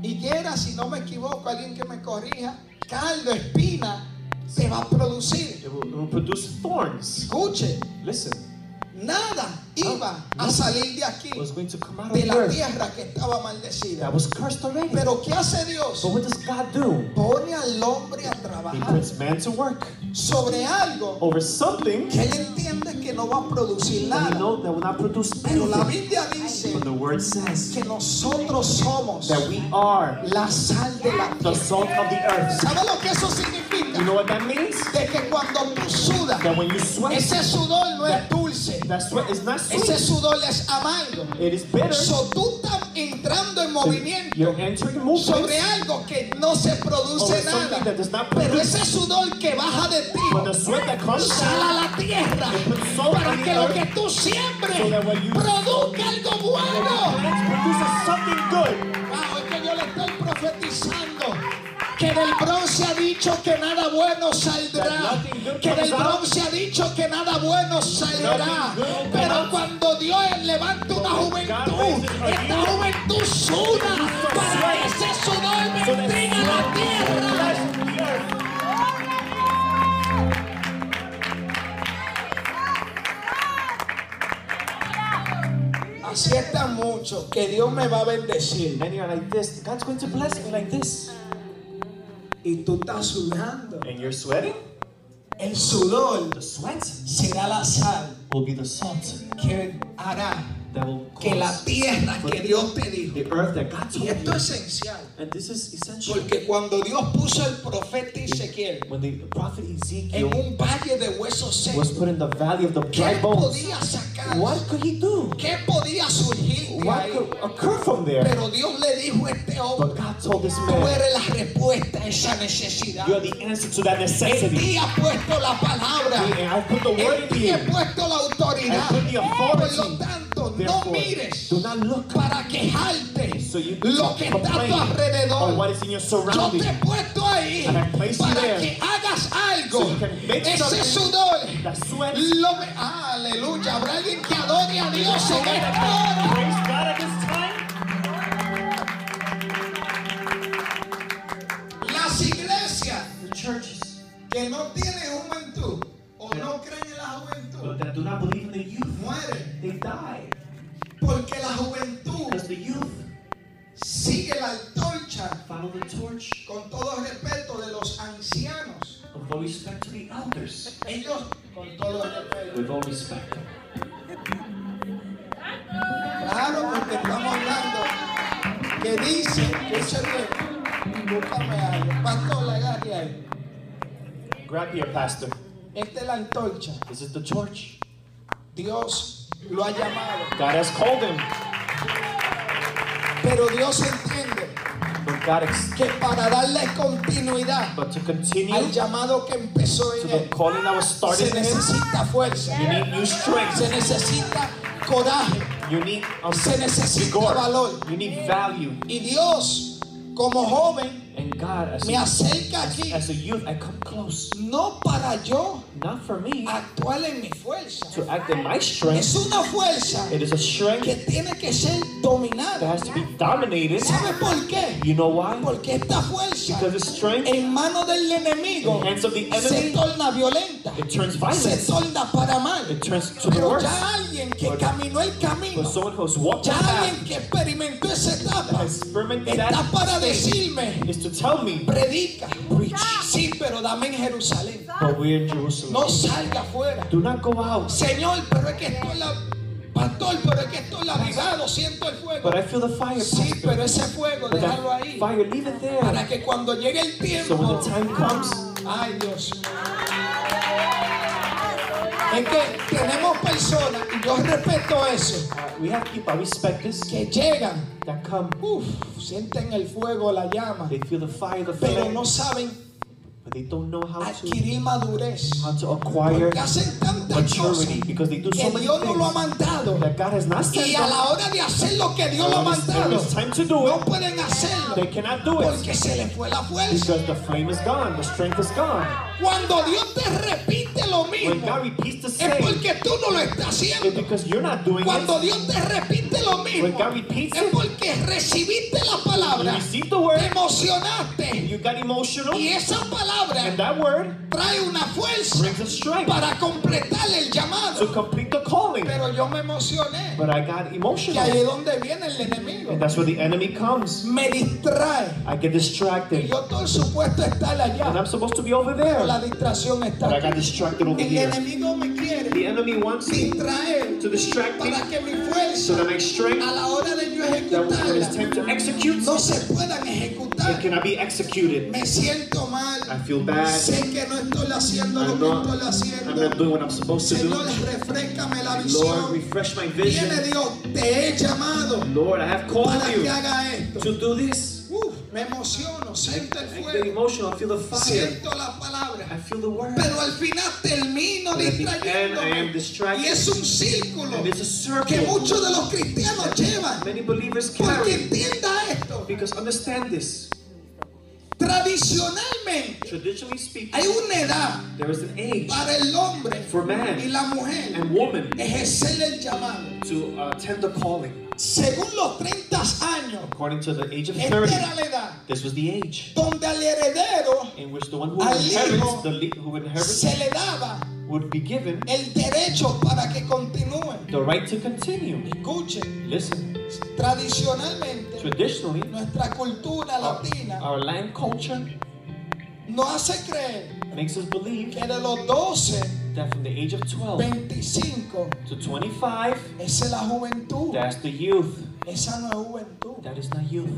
Speaker 1: y quiera, si no me equivoco, alguien que me corrija, caldo, espina, se va a producir.
Speaker 2: It will, it will produce thorns.
Speaker 1: Escuche,
Speaker 2: Listen,
Speaker 1: nada iba a salir de aquí,
Speaker 2: it was going to come out
Speaker 1: de
Speaker 2: of
Speaker 1: la
Speaker 2: earth
Speaker 1: tierra que estaba maldecida.
Speaker 2: that was cursed already. But
Speaker 1: Pero ¿qué hace Dios?
Speaker 2: what does God do?
Speaker 1: Pone al hombre a
Speaker 2: He
Speaker 1: trabajar
Speaker 2: puts man to work
Speaker 1: sobre algo
Speaker 2: over something
Speaker 1: que él entiende que no va a producir
Speaker 2: that we
Speaker 1: nada.
Speaker 2: know that will not produce
Speaker 1: Pero la
Speaker 2: anything.
Speaker 1: Biblia dice
Speaker 2: But the word says
Speaker 1: que nosotros somos
Speaker 2: that we are
Speaker 1: la sal de la
Speaker 2: the
Speaker 1: tierra.
Speaker 2: salt of the earth.
Speaker 1: ¿Sabe lo que eso
Speaker 2: You
Speaker 1: significa?
Speaker 2: know what that means?
Speaker 1: De que cuando tú sudas,
Speaker 2: That when you sweat,
Speaker 1: ese sudor no es dulce,
Speaker 2: that sweat is not
Speaker 1: ese
Speaker 2: sweet.
Speaker 1: sudor es amargo.
Speaker 2: It is bitter.
Speaker 1: So tú estás entrando en movimiento
Speaker 2: You're entering movement
Speaker 1: sobre algo que no se
Speaker 2: over
Speaker 1: produce
Speaker 2: something
Speaker 1: nada.
Speaker 2: that does not
Speaker 1: Pero
Speaker 2: produce.
Speaker 1: ese sudor que baja de
Speaker 2: But the
Speaker 1: ti,
Speaker 2: sweat that comes
Speaker 1: sal
Speaker 2: down,
Speaker 1: a la tierra para que lo que tú siembres
Speaker 2: So that when you-
Speaker 1: produzca algo bueno.
Speaker 2: it produces something good.
Speaker 1: Ah, hoy que yo le estoy profetizando que del bronce ha dicho que nada bueno saldrá, que del bronce ha dicho que nada bueno saldrá, pero cuando Dios levanta una juventud, esta juventud suda para que ese sudor bendiga la tierra. Así está mucho que Dios me va a bendecir
Speaker 2: Many are like this. God's going to bless me like this.
Speaker 1: y tú estás sudando.
Speaker 2: And you're sweating?
Speaker 1: El sudor
Speaker 2: The sweat
Speaker 1: será la sal
Speaker 2: will be the salt
Speaker 1: que hará
Speaker 2: that will
Speaker 1: que la
Speaker 2: cause
Speaker 1: tierra que Dios te dijo.
Speaker 2: the earth that God
Speaker 1: Y
Speaker 2: told
Speaker 1: esto
Speaker 2: you.
Speaker 1: es esencial,
Speaker 2: And this is essential.
Speaker 1: porque cuando Dios puso al profeta Ezequiel
Speaker 2: When the prophet
Speaker 1: en
Speaker 2: Ezekiel
Speaker 1: un valle de huesos
Speaker 2: was
Speaker 1: secos,
Speaker 2: put in the valley of the
Speaker 1: ¿qué
Speaker 2: dry bones,
Speaker 1: podía sacar?
Speaker 2: what could he do?
Speaker 1: ¿Qué podía surgir de
Speaker 2: What
Speaker 1: ahí?
Speaker 2: could occur from there?
Speaker 1: Pero Dios le dijo a este hombre,
Speaker 2: But God told this
Speaker 1: tú
Speaker 2: man,
Speaker 1: eres la respuesta a esa necesidad.
Speaker 2: You're the answer to that
Speaker 1: En
Speaker 2: necessity.
Speaker 1: ti ha puesto la palabra,
Speaker 2: And I put the
Speaker 1: en
Speaker 2: word in
Speaker 1: ti he
Speaker 2: you.
Speaker 1: puesto la autoridad.
Speaker 2: I put the
Speaker 1: Por lo
Speaker 2: authority.
Speaker 1: tanto, oh, no
Speaker 2: Therefore,
Speaker 1: mires
Speaker 2: do not look
Speaker 1: para quejarte
Speaker 2: so you
Speaker 1: lo que está a
Speaker 2: complain
Speaker 1: tu alrededor.
Speaker 2: on what is in your
Speaker 1: Yo te
Speaker 2: surrounding.
Speaker 1: he puesto ahí
Speaker 2: And I place you
Speaker 1: para
Speaker 2: there.
Speaker 1: que hagas algo.
Speaker 2: So you can make
Speaker 1: Ese
Speaker 2: something.
Speaker 1: sudor.
Speaker 2: That sweat. Praise
Speaker 1: Lo me- aleluya. Habrá alguien que adore a Dios en esta hora.
Speaker 2: God at this time.
Speaker 1: Las iglesias
Speaker 2: The churches
Speaker 1: que no tienen juventud o no creen en la juventud
Speaker 2: that do not believe in the youth,
Speaker 1: mueren
Speaker 2: they die.
Speaker 1: porque la juventud
Speaker 2: Because the youth
Speaker 1: sigue la antorcha
Speaker 2: follow the torch
Speaker 1: con todo respeto de los ancianos.
Speaker 2: of all respect to the elders.
Speaker 1: Ellos, con todo respeto,
Speaker 2: With all respect.
Speaker 1: que estamos hablando, que dice, escúchame, búscame algo, pastor, la agarre ahí.
Speaker 2: Grab your pastor.
Speaker 1: Esta es la antorcha.
Speaker 2: This is the church.
Speaker 1: Dios lo ha llamado,
Speaker 2: God has called him,
Speaker 1: pero Dios entiende
Speaker 2: but God ex-
Speaker 1: que para darle continuidad
Speaker 2: but to continue
Speaker 1: al llamado que empezó
Speaker 2: to
Speaker 1: en
Speaker 2: the
Speaker 1: él,
Speaker 2: calling that was started
Speaker 1: se
Speaker 2: in him,
Speaker 1: necesita fuerza,
Speaker 2: you need new strength.
Speaker 1: se necesita coraje,
Speaker 2: You need um,
Speaker 1: se necesita valor.
Speaker 2: vigor. You need value.
Speaker 1: Y Dios, como joven,
Speaker 2: And God, as
Speaker 1: me
Speaker 2: a,
Speaker 1: acerca aquí,
Speaker 2: as a youth, I come close.
Speaker 1: no para yo
Speaker 2: Not for me
Speaker 1: actuar en mi fuerza.
Speaker 2: to act in my strength.
Speaker 1: Es una fuerza
Speaker 2: It is a strength
Speaker 1: que tiene que ser
Speaker 2: that
Speaker 1: dominada.
Speaker 2: has to be dominated.
Speaker 1: ¿Sabe por qué?
Speaker 2: You know why?
Speaker 1: Porque esta fuerza
Speaker 2: Because the strength
Speaker 1: en manos del
Speaker 2: in
Speaker 1: enemigo
Speaker 2: the hands of the
Speaker 1: se
Speaker 2: enemy,
Speaker 1: torna violenta,
Speaker 2: it turns
Speaker 1: se
Speaker 2: violent.
Speaker 1: torna para mal.
Speaker 2: It turns Pues to the
Speaker 1: Pero
Speaker 2: worst.
Speaker 1: ya alguien que caminó el
Speaker 2: For
Speaker 1: camino,
Speaker 2: someone who's walked
Speaker 1: ya
Speaker 2: that path,
Speaker 1: alguien que experimentó esa etapa,
Speaker 2: experimented
Speaker 1: está para
Speaker 2: that
Speaker 1: decirme,
Speaker 2: is to tell me,
Speaker 1: predica. Sí, pero dame en Jerusalén.
Speaker 2: but we're in Jerusalem.
Speaker 1: Ah. No salga afuera.
Speaker 2: Do not go out.
Speaker 1: Señor, pero es que estoy la... Pastor, pero es que estoy lavigado, siento el fuego.
Speaker 2: But I feel the fire,
Speaker 1: Sí,
Speaker 2: Pastor.
Speaker 1: pero ese fuego,
Speaker 2: But
Speaker 1: déjalo
Speaker 2: that
Speaker 1: ahí.
Speaker 2: fire, leave it there.
Speaker 1: Para que Ah. cuando llegue el
Speaker 2: So when
Speaker 1: tiempo.
Speaker 2: the time comes,
Speaker 1: Ay, Dios. Es que tenemos personas, y yo respeto eso,
Speaker 2: uh, we have people, I respect this,
Speaker 1: que llegan,
Speaker 2: that come.
Speaker 1: uf, sienten el fuego, la llama,
Speaker 2: They feel the fire, the
Speaker 1: pero
Speaker 2: flame,
Speaker 1: no saben
Speaker 2: but they don't know how to
Speaker 1: adquirir madurez.
Speaker 2: how to acquire
Speaker 1: Porque hacen tantas cosas
Speaker 2: maturity because they do so
Speaker 1: que
Speaker 2: many
Speaker 1: Dios no lo ha
Speaker 2: things
Speaker 1: mandado.
Speaker 2: that God has not
Speaker 1: Y
Speaker 2: sent
Speaker 1: a la
Speaker 2: them.
Speaker 1: hora de hacer lo que Dios lo ha
Speaker 2: When it's- when
Speaker 1: mandado,
Speaker 2: it's time to do
Speaker 1: no
Speaker 2: it,
Speaker 1: pueden hacerlo
Speaker 2: they cannot do it
Speaker 1: porque se les fue la fuerza.
Speaker 2: because the flame is gone, the strength is gone.
Speaker 1: Cuando Dios te repite lo
Speaker 2: When
Speaker 1: mismo,
Speaker 2: God repeats the
Speaker 1: es
Speaker 2: same,
Speaker 1: porque tú no lo estás
Speaker 2: it's
Speaker 1: haciendo.
Speaker 2: because you're not doing it.
Speaker 1: Cuando Dios te repite lo
Speaker 2: When
Speaker 1: mismo,
Speaker 2: God repeats
Speaker 1: es
Speaker 2: it,
Speaker 1: porque recibiste la
Speaker 2: you
Speaker 1: palabra,
Speaker 2: receive the
Speaker 1: te
Speaker 2: word,
Speaker 1: emocionaste
Speaker 2: you got emotional,
Speaker 1: y esa
Speaker 2: and
Speaker 1: palabra
Speaker 2: that word
Speaker 1: trae una fuerza
Speaker 2: brings a strength
Speaker 1: para completar el
Speaker 2: to
Speaker 1: llamado.
Speaker 2: complete the calling.
Speaker 1: Pero yo me emocioné,
Speaker 2: But I got
Speaker 1: que ahí
Speaker 2: emotional,
Speaker 1: es donde viene el enemigo.
Speaker 2: and that's where the enemy comes.
Speaker 1: Me distrae.
Speaker 2: I get
Speaker 1: Y
Speaker 2: distracted,
Speaker 1: yo todo supuesto estar
Speaker 2: and
Speaker 1: allá,
Speaker 2: I'm supposed to be over
Speaker 1: pero
Speaker 2: there.
Speaker 1: la distracción
Speaker 2: But
Speaker 1: está
Speaker 2: I
Speaker 1: aquí.
Speaker 2: got distracted over
Speaker 1: El
Speaker 2: here.
Speaker 1: enemigo me quiere
Speaker 2: The enemy wants me
Speaker 1: distraer
Speaker 2: to distract me
Speaker 1: para que mi
Speaker 2: so
Speaker 1: fuerza
Speaker 2: that my strength,
Speaker 1: a la hora de yo
Speaker 2: that when it's
Speaker 1: ejecutarla
Speaker 2: time to execute,
Speaker 1: no se puedan
Speaker 2: it
Speaker 1: ejecutar.
Speaker 2: cannot be executed.
Speaker 1: Me siento mal,
Speaker 2: I feel bad.
Speaker 1: sé que no estoy haciendo
Speaker 2: I'm
Speaker 1: lo
Speaker 2: not,
Speaker 1: que estoy
Speaker 2: I'm
Speaker 1: haciendo.
Speaker 2: not doing what I'm supposed to
Speaker 1: Señor,
Speaker 2: do.
Speaker 1: refrescame la
Speaker 2: Lord,
Speaker 1: visión.
Speaker 2: refresh my
Speaker 1: Viene
Speaker 2: vision.
Speaker 1: Dios, te he llamado
Speaker 2: Lord, I have called
Speaker 1: para que
Speaker 2: you
Speaker 1: haga esto.
Speaker 2: to do this.
Speaker 1: Uf, me emociono, siento el
Speaker 2: I get
Speaker 1: fuego,
Speaker 2: emotional. I feel the fire.
Speaker 1: siento la palabra.
Speaker 2: I feel the word.
Speaker 1: Pero al final termino
Speaker 2: But at the end, I am
Speaker 1: distrayéndome.
Speaker 2: distracted.
Speaker 1: Y es un círculo
Speaker 2: And it's a
Speaker 1: que
Speaker 2: circle.
Speaker 1: muchos de los cristianos llevan.
Speaker 2: Many believers
Speaker 1: Porque
Speaker 2: carry.
Speaker 1: entienda esto,
Speaker 2: Because understand this.
Speaker 1: tradicionalmente
Speaker 2: Traditionally speaking,
Speaker 1: hay una edad
Speaker 2: there is an age
Speaker 1: para el hombre
Speaker 2: for
Speaker 1: y
Speaker 2: man
Speaker 1: la mujer
Speaker 2: and woman
Speaker 1: ejercer el llamado.
Speaker 2: to uh, attend the calling.
Speaker 1: Según los 30 años,
Speaker 2: According to the age of
Speaker 1: esta
Speaker 2: 30,
Speaker 1: era la edad
Speaker 2: this was the age
Speaker 1: donde al heredero
Speaker 2: in which the one who
Speaker 1: Al
Speaker 2: inherits,
Speaker 1: hijo
Speaker 2: the le- who inherits,
Speaker 1: se le daba
Speaker 2: would be given
Speaker 1: el derecho para que continúe.
Speaker 2: the right to continue.
Speaker 1: Escuchen,
Speaker 2: Listen,
Speaker 1: tradicionalmente
Speaker 2: traditionally,
Speaker 1: nuestra
Speaker 2: Ah,
Speaker 1: cultura latina
Speaker 2: our land culture
Speaker 1: nos hace creer
Speaker 2: makes us believe
Speaker 1: que de los 12,
Speaker 2: that from the age of 12
Speaker 1: 25,
Speaker 2: to 25,
Speaker 1: esa es la juventud.
Speaker 2: that's the youth.
Speaker 1: Esa no es juventud.
Speaker 2: That is not youth.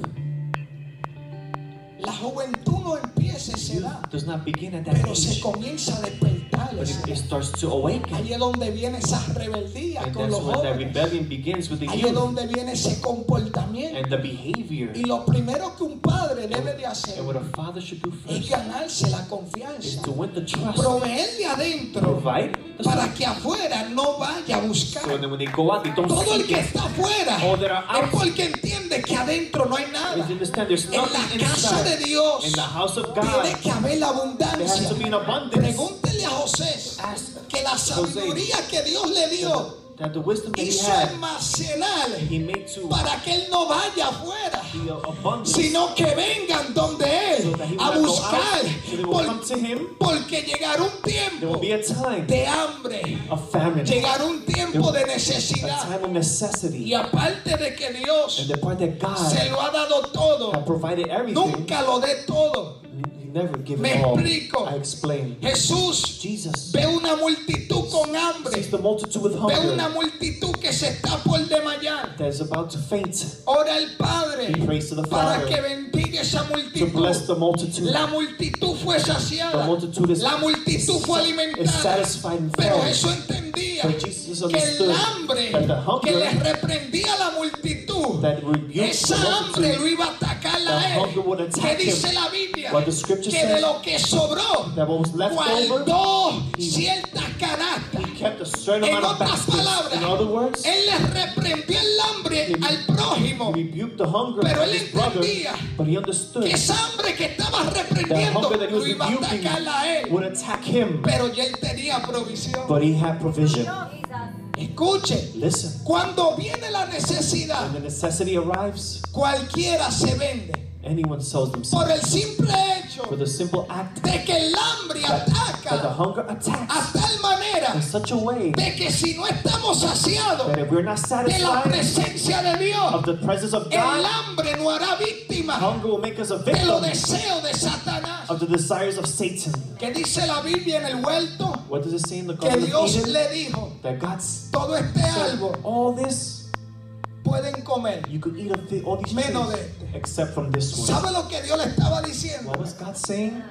Speaker 1: La juventud no empieza a esa edad,
Speaker 2: Youth does not begin at that
Speaker 1: pero se
Speaker 2: age,
Speaker 1: comienza a despertar.
Speaker 2: but
Speaker 1: esa
Speaker 2: it, it
Speaker 1: edad.
Speaker 2: starts to awaken.
Speaker 1: Ahí es donde viene esa rebeldía
Speaker 2: And
Speaker 1: con
Speaker 2: that's
Speaker 1: los
Speaker 2: when that
Speaker 1: jóvenes.
Speaker 2: rebellion begins with the
Speaker 1: Ahí es
Speaker 2: youth
Speaker 1: donde viene ese comportamiento.
Speaker 2: and the behavior.
Speaker 1: Y lo primero que un padre debe de
Speaker 2: And
Speaker 1: hacer
Speaker 2: what a father should do
Speaker 1: es
Speaker 2: first
Speaker 1: ganarse la
Speaker 2: is
Speaker 1: confianza,
Speaker 2: to win the trust,
Speaker 1: proveer de adentro
Speaker 2: provide the
Speaker 1: para que afuera no vaya a
Speaker 2: So
Speaker 1: buscar.
Speaker 2: then when they go out, they don't
Speaker 1: Todo el
Speaker 2: see
Speaker 1: que
Speaker 2: it.
Speaker 1: está afuera
Speaker 2: All that are
Speaker 1: es
Speaker 2: out.
Speaker 1: porque entiende que adentro no hay
Speaker 2: They
Speaker 1: nada.
Speaker 2: understand there's
Speaker 1: En la casa
Speaker 2: nothing
Speaker 1: de
Speaker 2: inside.
Speaker 1: Dios
Speaker 2: In the house of
Speaker 1: tiene
Speaker 2: God,
Speaker 1: que haber la
Speaker 2: there has to
Speaker 1: abundancia.
Speaker 2: be an abundance.
Speaker 1: Pregúntele a José
Speaker 2: Ask
Speaker 1: que la sabiduría que Dios le dio
Speaker 2: that the wisdom that he
Speaker 1: hizo
Speaker 2: had,
Speaker 1: almacenar
Speaker 2: he made to
Speaker 1: para que él no vaya afuera,
Speaker 2: be abundant.
Speaker 1: sino que vengan donde
Speaker 2: So
Speaker 1: él
Speaker 2: that he will
Speaker 1: a
Speaker 2: not go out.
Speaker 1: buscar.
Speaker 2: So they will come
Speaker 1: Por-
Speaker 2: to him.
Speaker 1: porque llegará un
Speaker 2: There
Speaker 1: tiempo
Speaker 2: will be a time
Speaker 1: de hambre,
Speaker 2: of famine, a
Speaker 1: llegará un tiempo de necesidad.
Speaker 2: time of
Speaker 1: Y
Speaker 2: necessity.
Speaker 1: aparte de que Dios
Speaker 2: And the part that God
Speaker 1: se lo ha dado todo,
Speaker 2: had provided everything,
Speaker 1: nunca lo dé todo.
Speaker 2: he never gave
Speaker 1: Me
Speaker 2: it all.
Speaker 1: explico.
Speaker 2: I explain.
Speaker 1: Jesús
Speaker 2: Jesus
Speaker 1: ve una multitud multitud con hambre,
Speaker 2: sees the multitude with
Speaker 1: ve una
Speaker 2: hunger
Speaker 1: multitud que se está por desmayar.
Speaker 2: that is about to faint.
Speaker 1: Ora al Padre
Speaker 2: He prays to the
Speaker 1: para que
Speaker 2: Father
Speaker 1: bendiga esa
Speaker 2: to
Speaker 1: multitud.
Speaker 2: bless the multitude.
Speaker 1: La multitud fue
Speaker 2: The
Speaker 1: saciada,
Speaker 2: multitude is,
Speaker 1: la multitud fue
Speaker 2: is
Speaker 1: alimentada,
Speaker 2: satisfied and
Speaker 1: pero
Speaker 2: filled.
Speaker 1: eso entendía
Speaker 2: But Jesus
Speaker 1: que el
Speaker 2: understood
Speaker 1: hambre
Speaker 2: that the
Speaker 1: que le
Speaker 2: hunger
Speaker 1: reprendía a la multitud,
Speaker 2: that rebuked the
Speaker 1: esa hambre lo
Speaker 2: multitude,
Speaker 1: iba a atacar
Speaker 2: The
Speaker 1: a
Speaker 2: hunger would
Speaker 1: él. ¿Qué
Speaker 2: attack
Speaker 1: dice
Speaker 2: him.
Speaker 1: la Biblia?
Speaker 2: What the scripture
Speaker 1: Que de
Speaker 2: says,
Speaker 1: lo que sobró,
Speaker 2: that what was left over,
Speaker 1: guardó ciertas canastas.
Speaker 2: he kept a certain
Speaker 1: En
Speaker 2: amount of
Speaker 1: otras
Speaker 2: baskets. In other
Speaker 1: palabras,
Speaker 2: words,
Speaker 1: él le reprendió el hambre
Speaker 2: He-
Speaker 1: al prójimo.
Speaker 2: rebuked the hunger
Speaker 1: Pero
Speaker 2: of
Speaker 1: él
Speaker 2: his brother,
Speaker 1: entendía
Speaker 2: but he understood
Speaker 1: Que esa hambre que estaba
Speaker 2: the
Speaker 1: reprendiendo
Speaker 2: hunger that he
Speaker 1: lo
Speaker 2: was
Speaker 1: iba a atacar a
Speaker 2: rebuking
Speaker 1: él.
Speaker 2: would attack him.
Speaker 1: Pero ya él tenía provisión.
Speaker 2: But he had provision.
Speaker 1: Escuche,
Speaker 2: Listen,
Speaker 1: cuando viene la
Speaker 2: when
Speaker 1: necesidad,
Speaker 2: the necessity arrives,
Speaker 1: cualquiera se vende.
Speaker 2: anyone sells themselves.
Speaker 1: Por el simple hecho
Speaker 2: For the simple act
Speaker 1: de que el hambre
Speaker 2: that the
Speaker 1: ataca
Speaker 2: hunger attacks
Speaker 1: a tal manera
Speaker 2: in such a way
Speaker 1: de que si no estamos saciados
Speaker 2: that if we're not
Speaker 1: de la
Speaker 2: satisfied
Speaker 1: presencia de Dios,
Speaker 2: of the presence of
Speaker 1: el
Speaker 2: God,
Speaker 1: hambre no hará víctima
Speaker 2: hunger will make us a
Speaker 1: de los
Speaker 2: victim
Speaker 1: deseos de Satanás.
Speaker 2: of the desires of Satan.
Speaker 1: ¿Qué dice la Biblia en el huerto?
Speaker 2: What does it say in the
Speaker 1: Que
Speaker 2: Garden of
Speaker 1: Dios
Speaker 2: Eden?
Speaker 1: le dijo,
Speaker 2: That God said,
Speaker 1: todo este árbol
Speaker 2: all this,
Speaker 1: pueden comer.
Speaker 2: you could eat of the, all these
Speaker 1: Menos
Speaker 2: trees,
Speaker 1: de este.
Speaker 2: except from this one.
Speaker 1: ¿Sabe lo que Dios le estaba diciendo?
Speaker 2: What was God saying?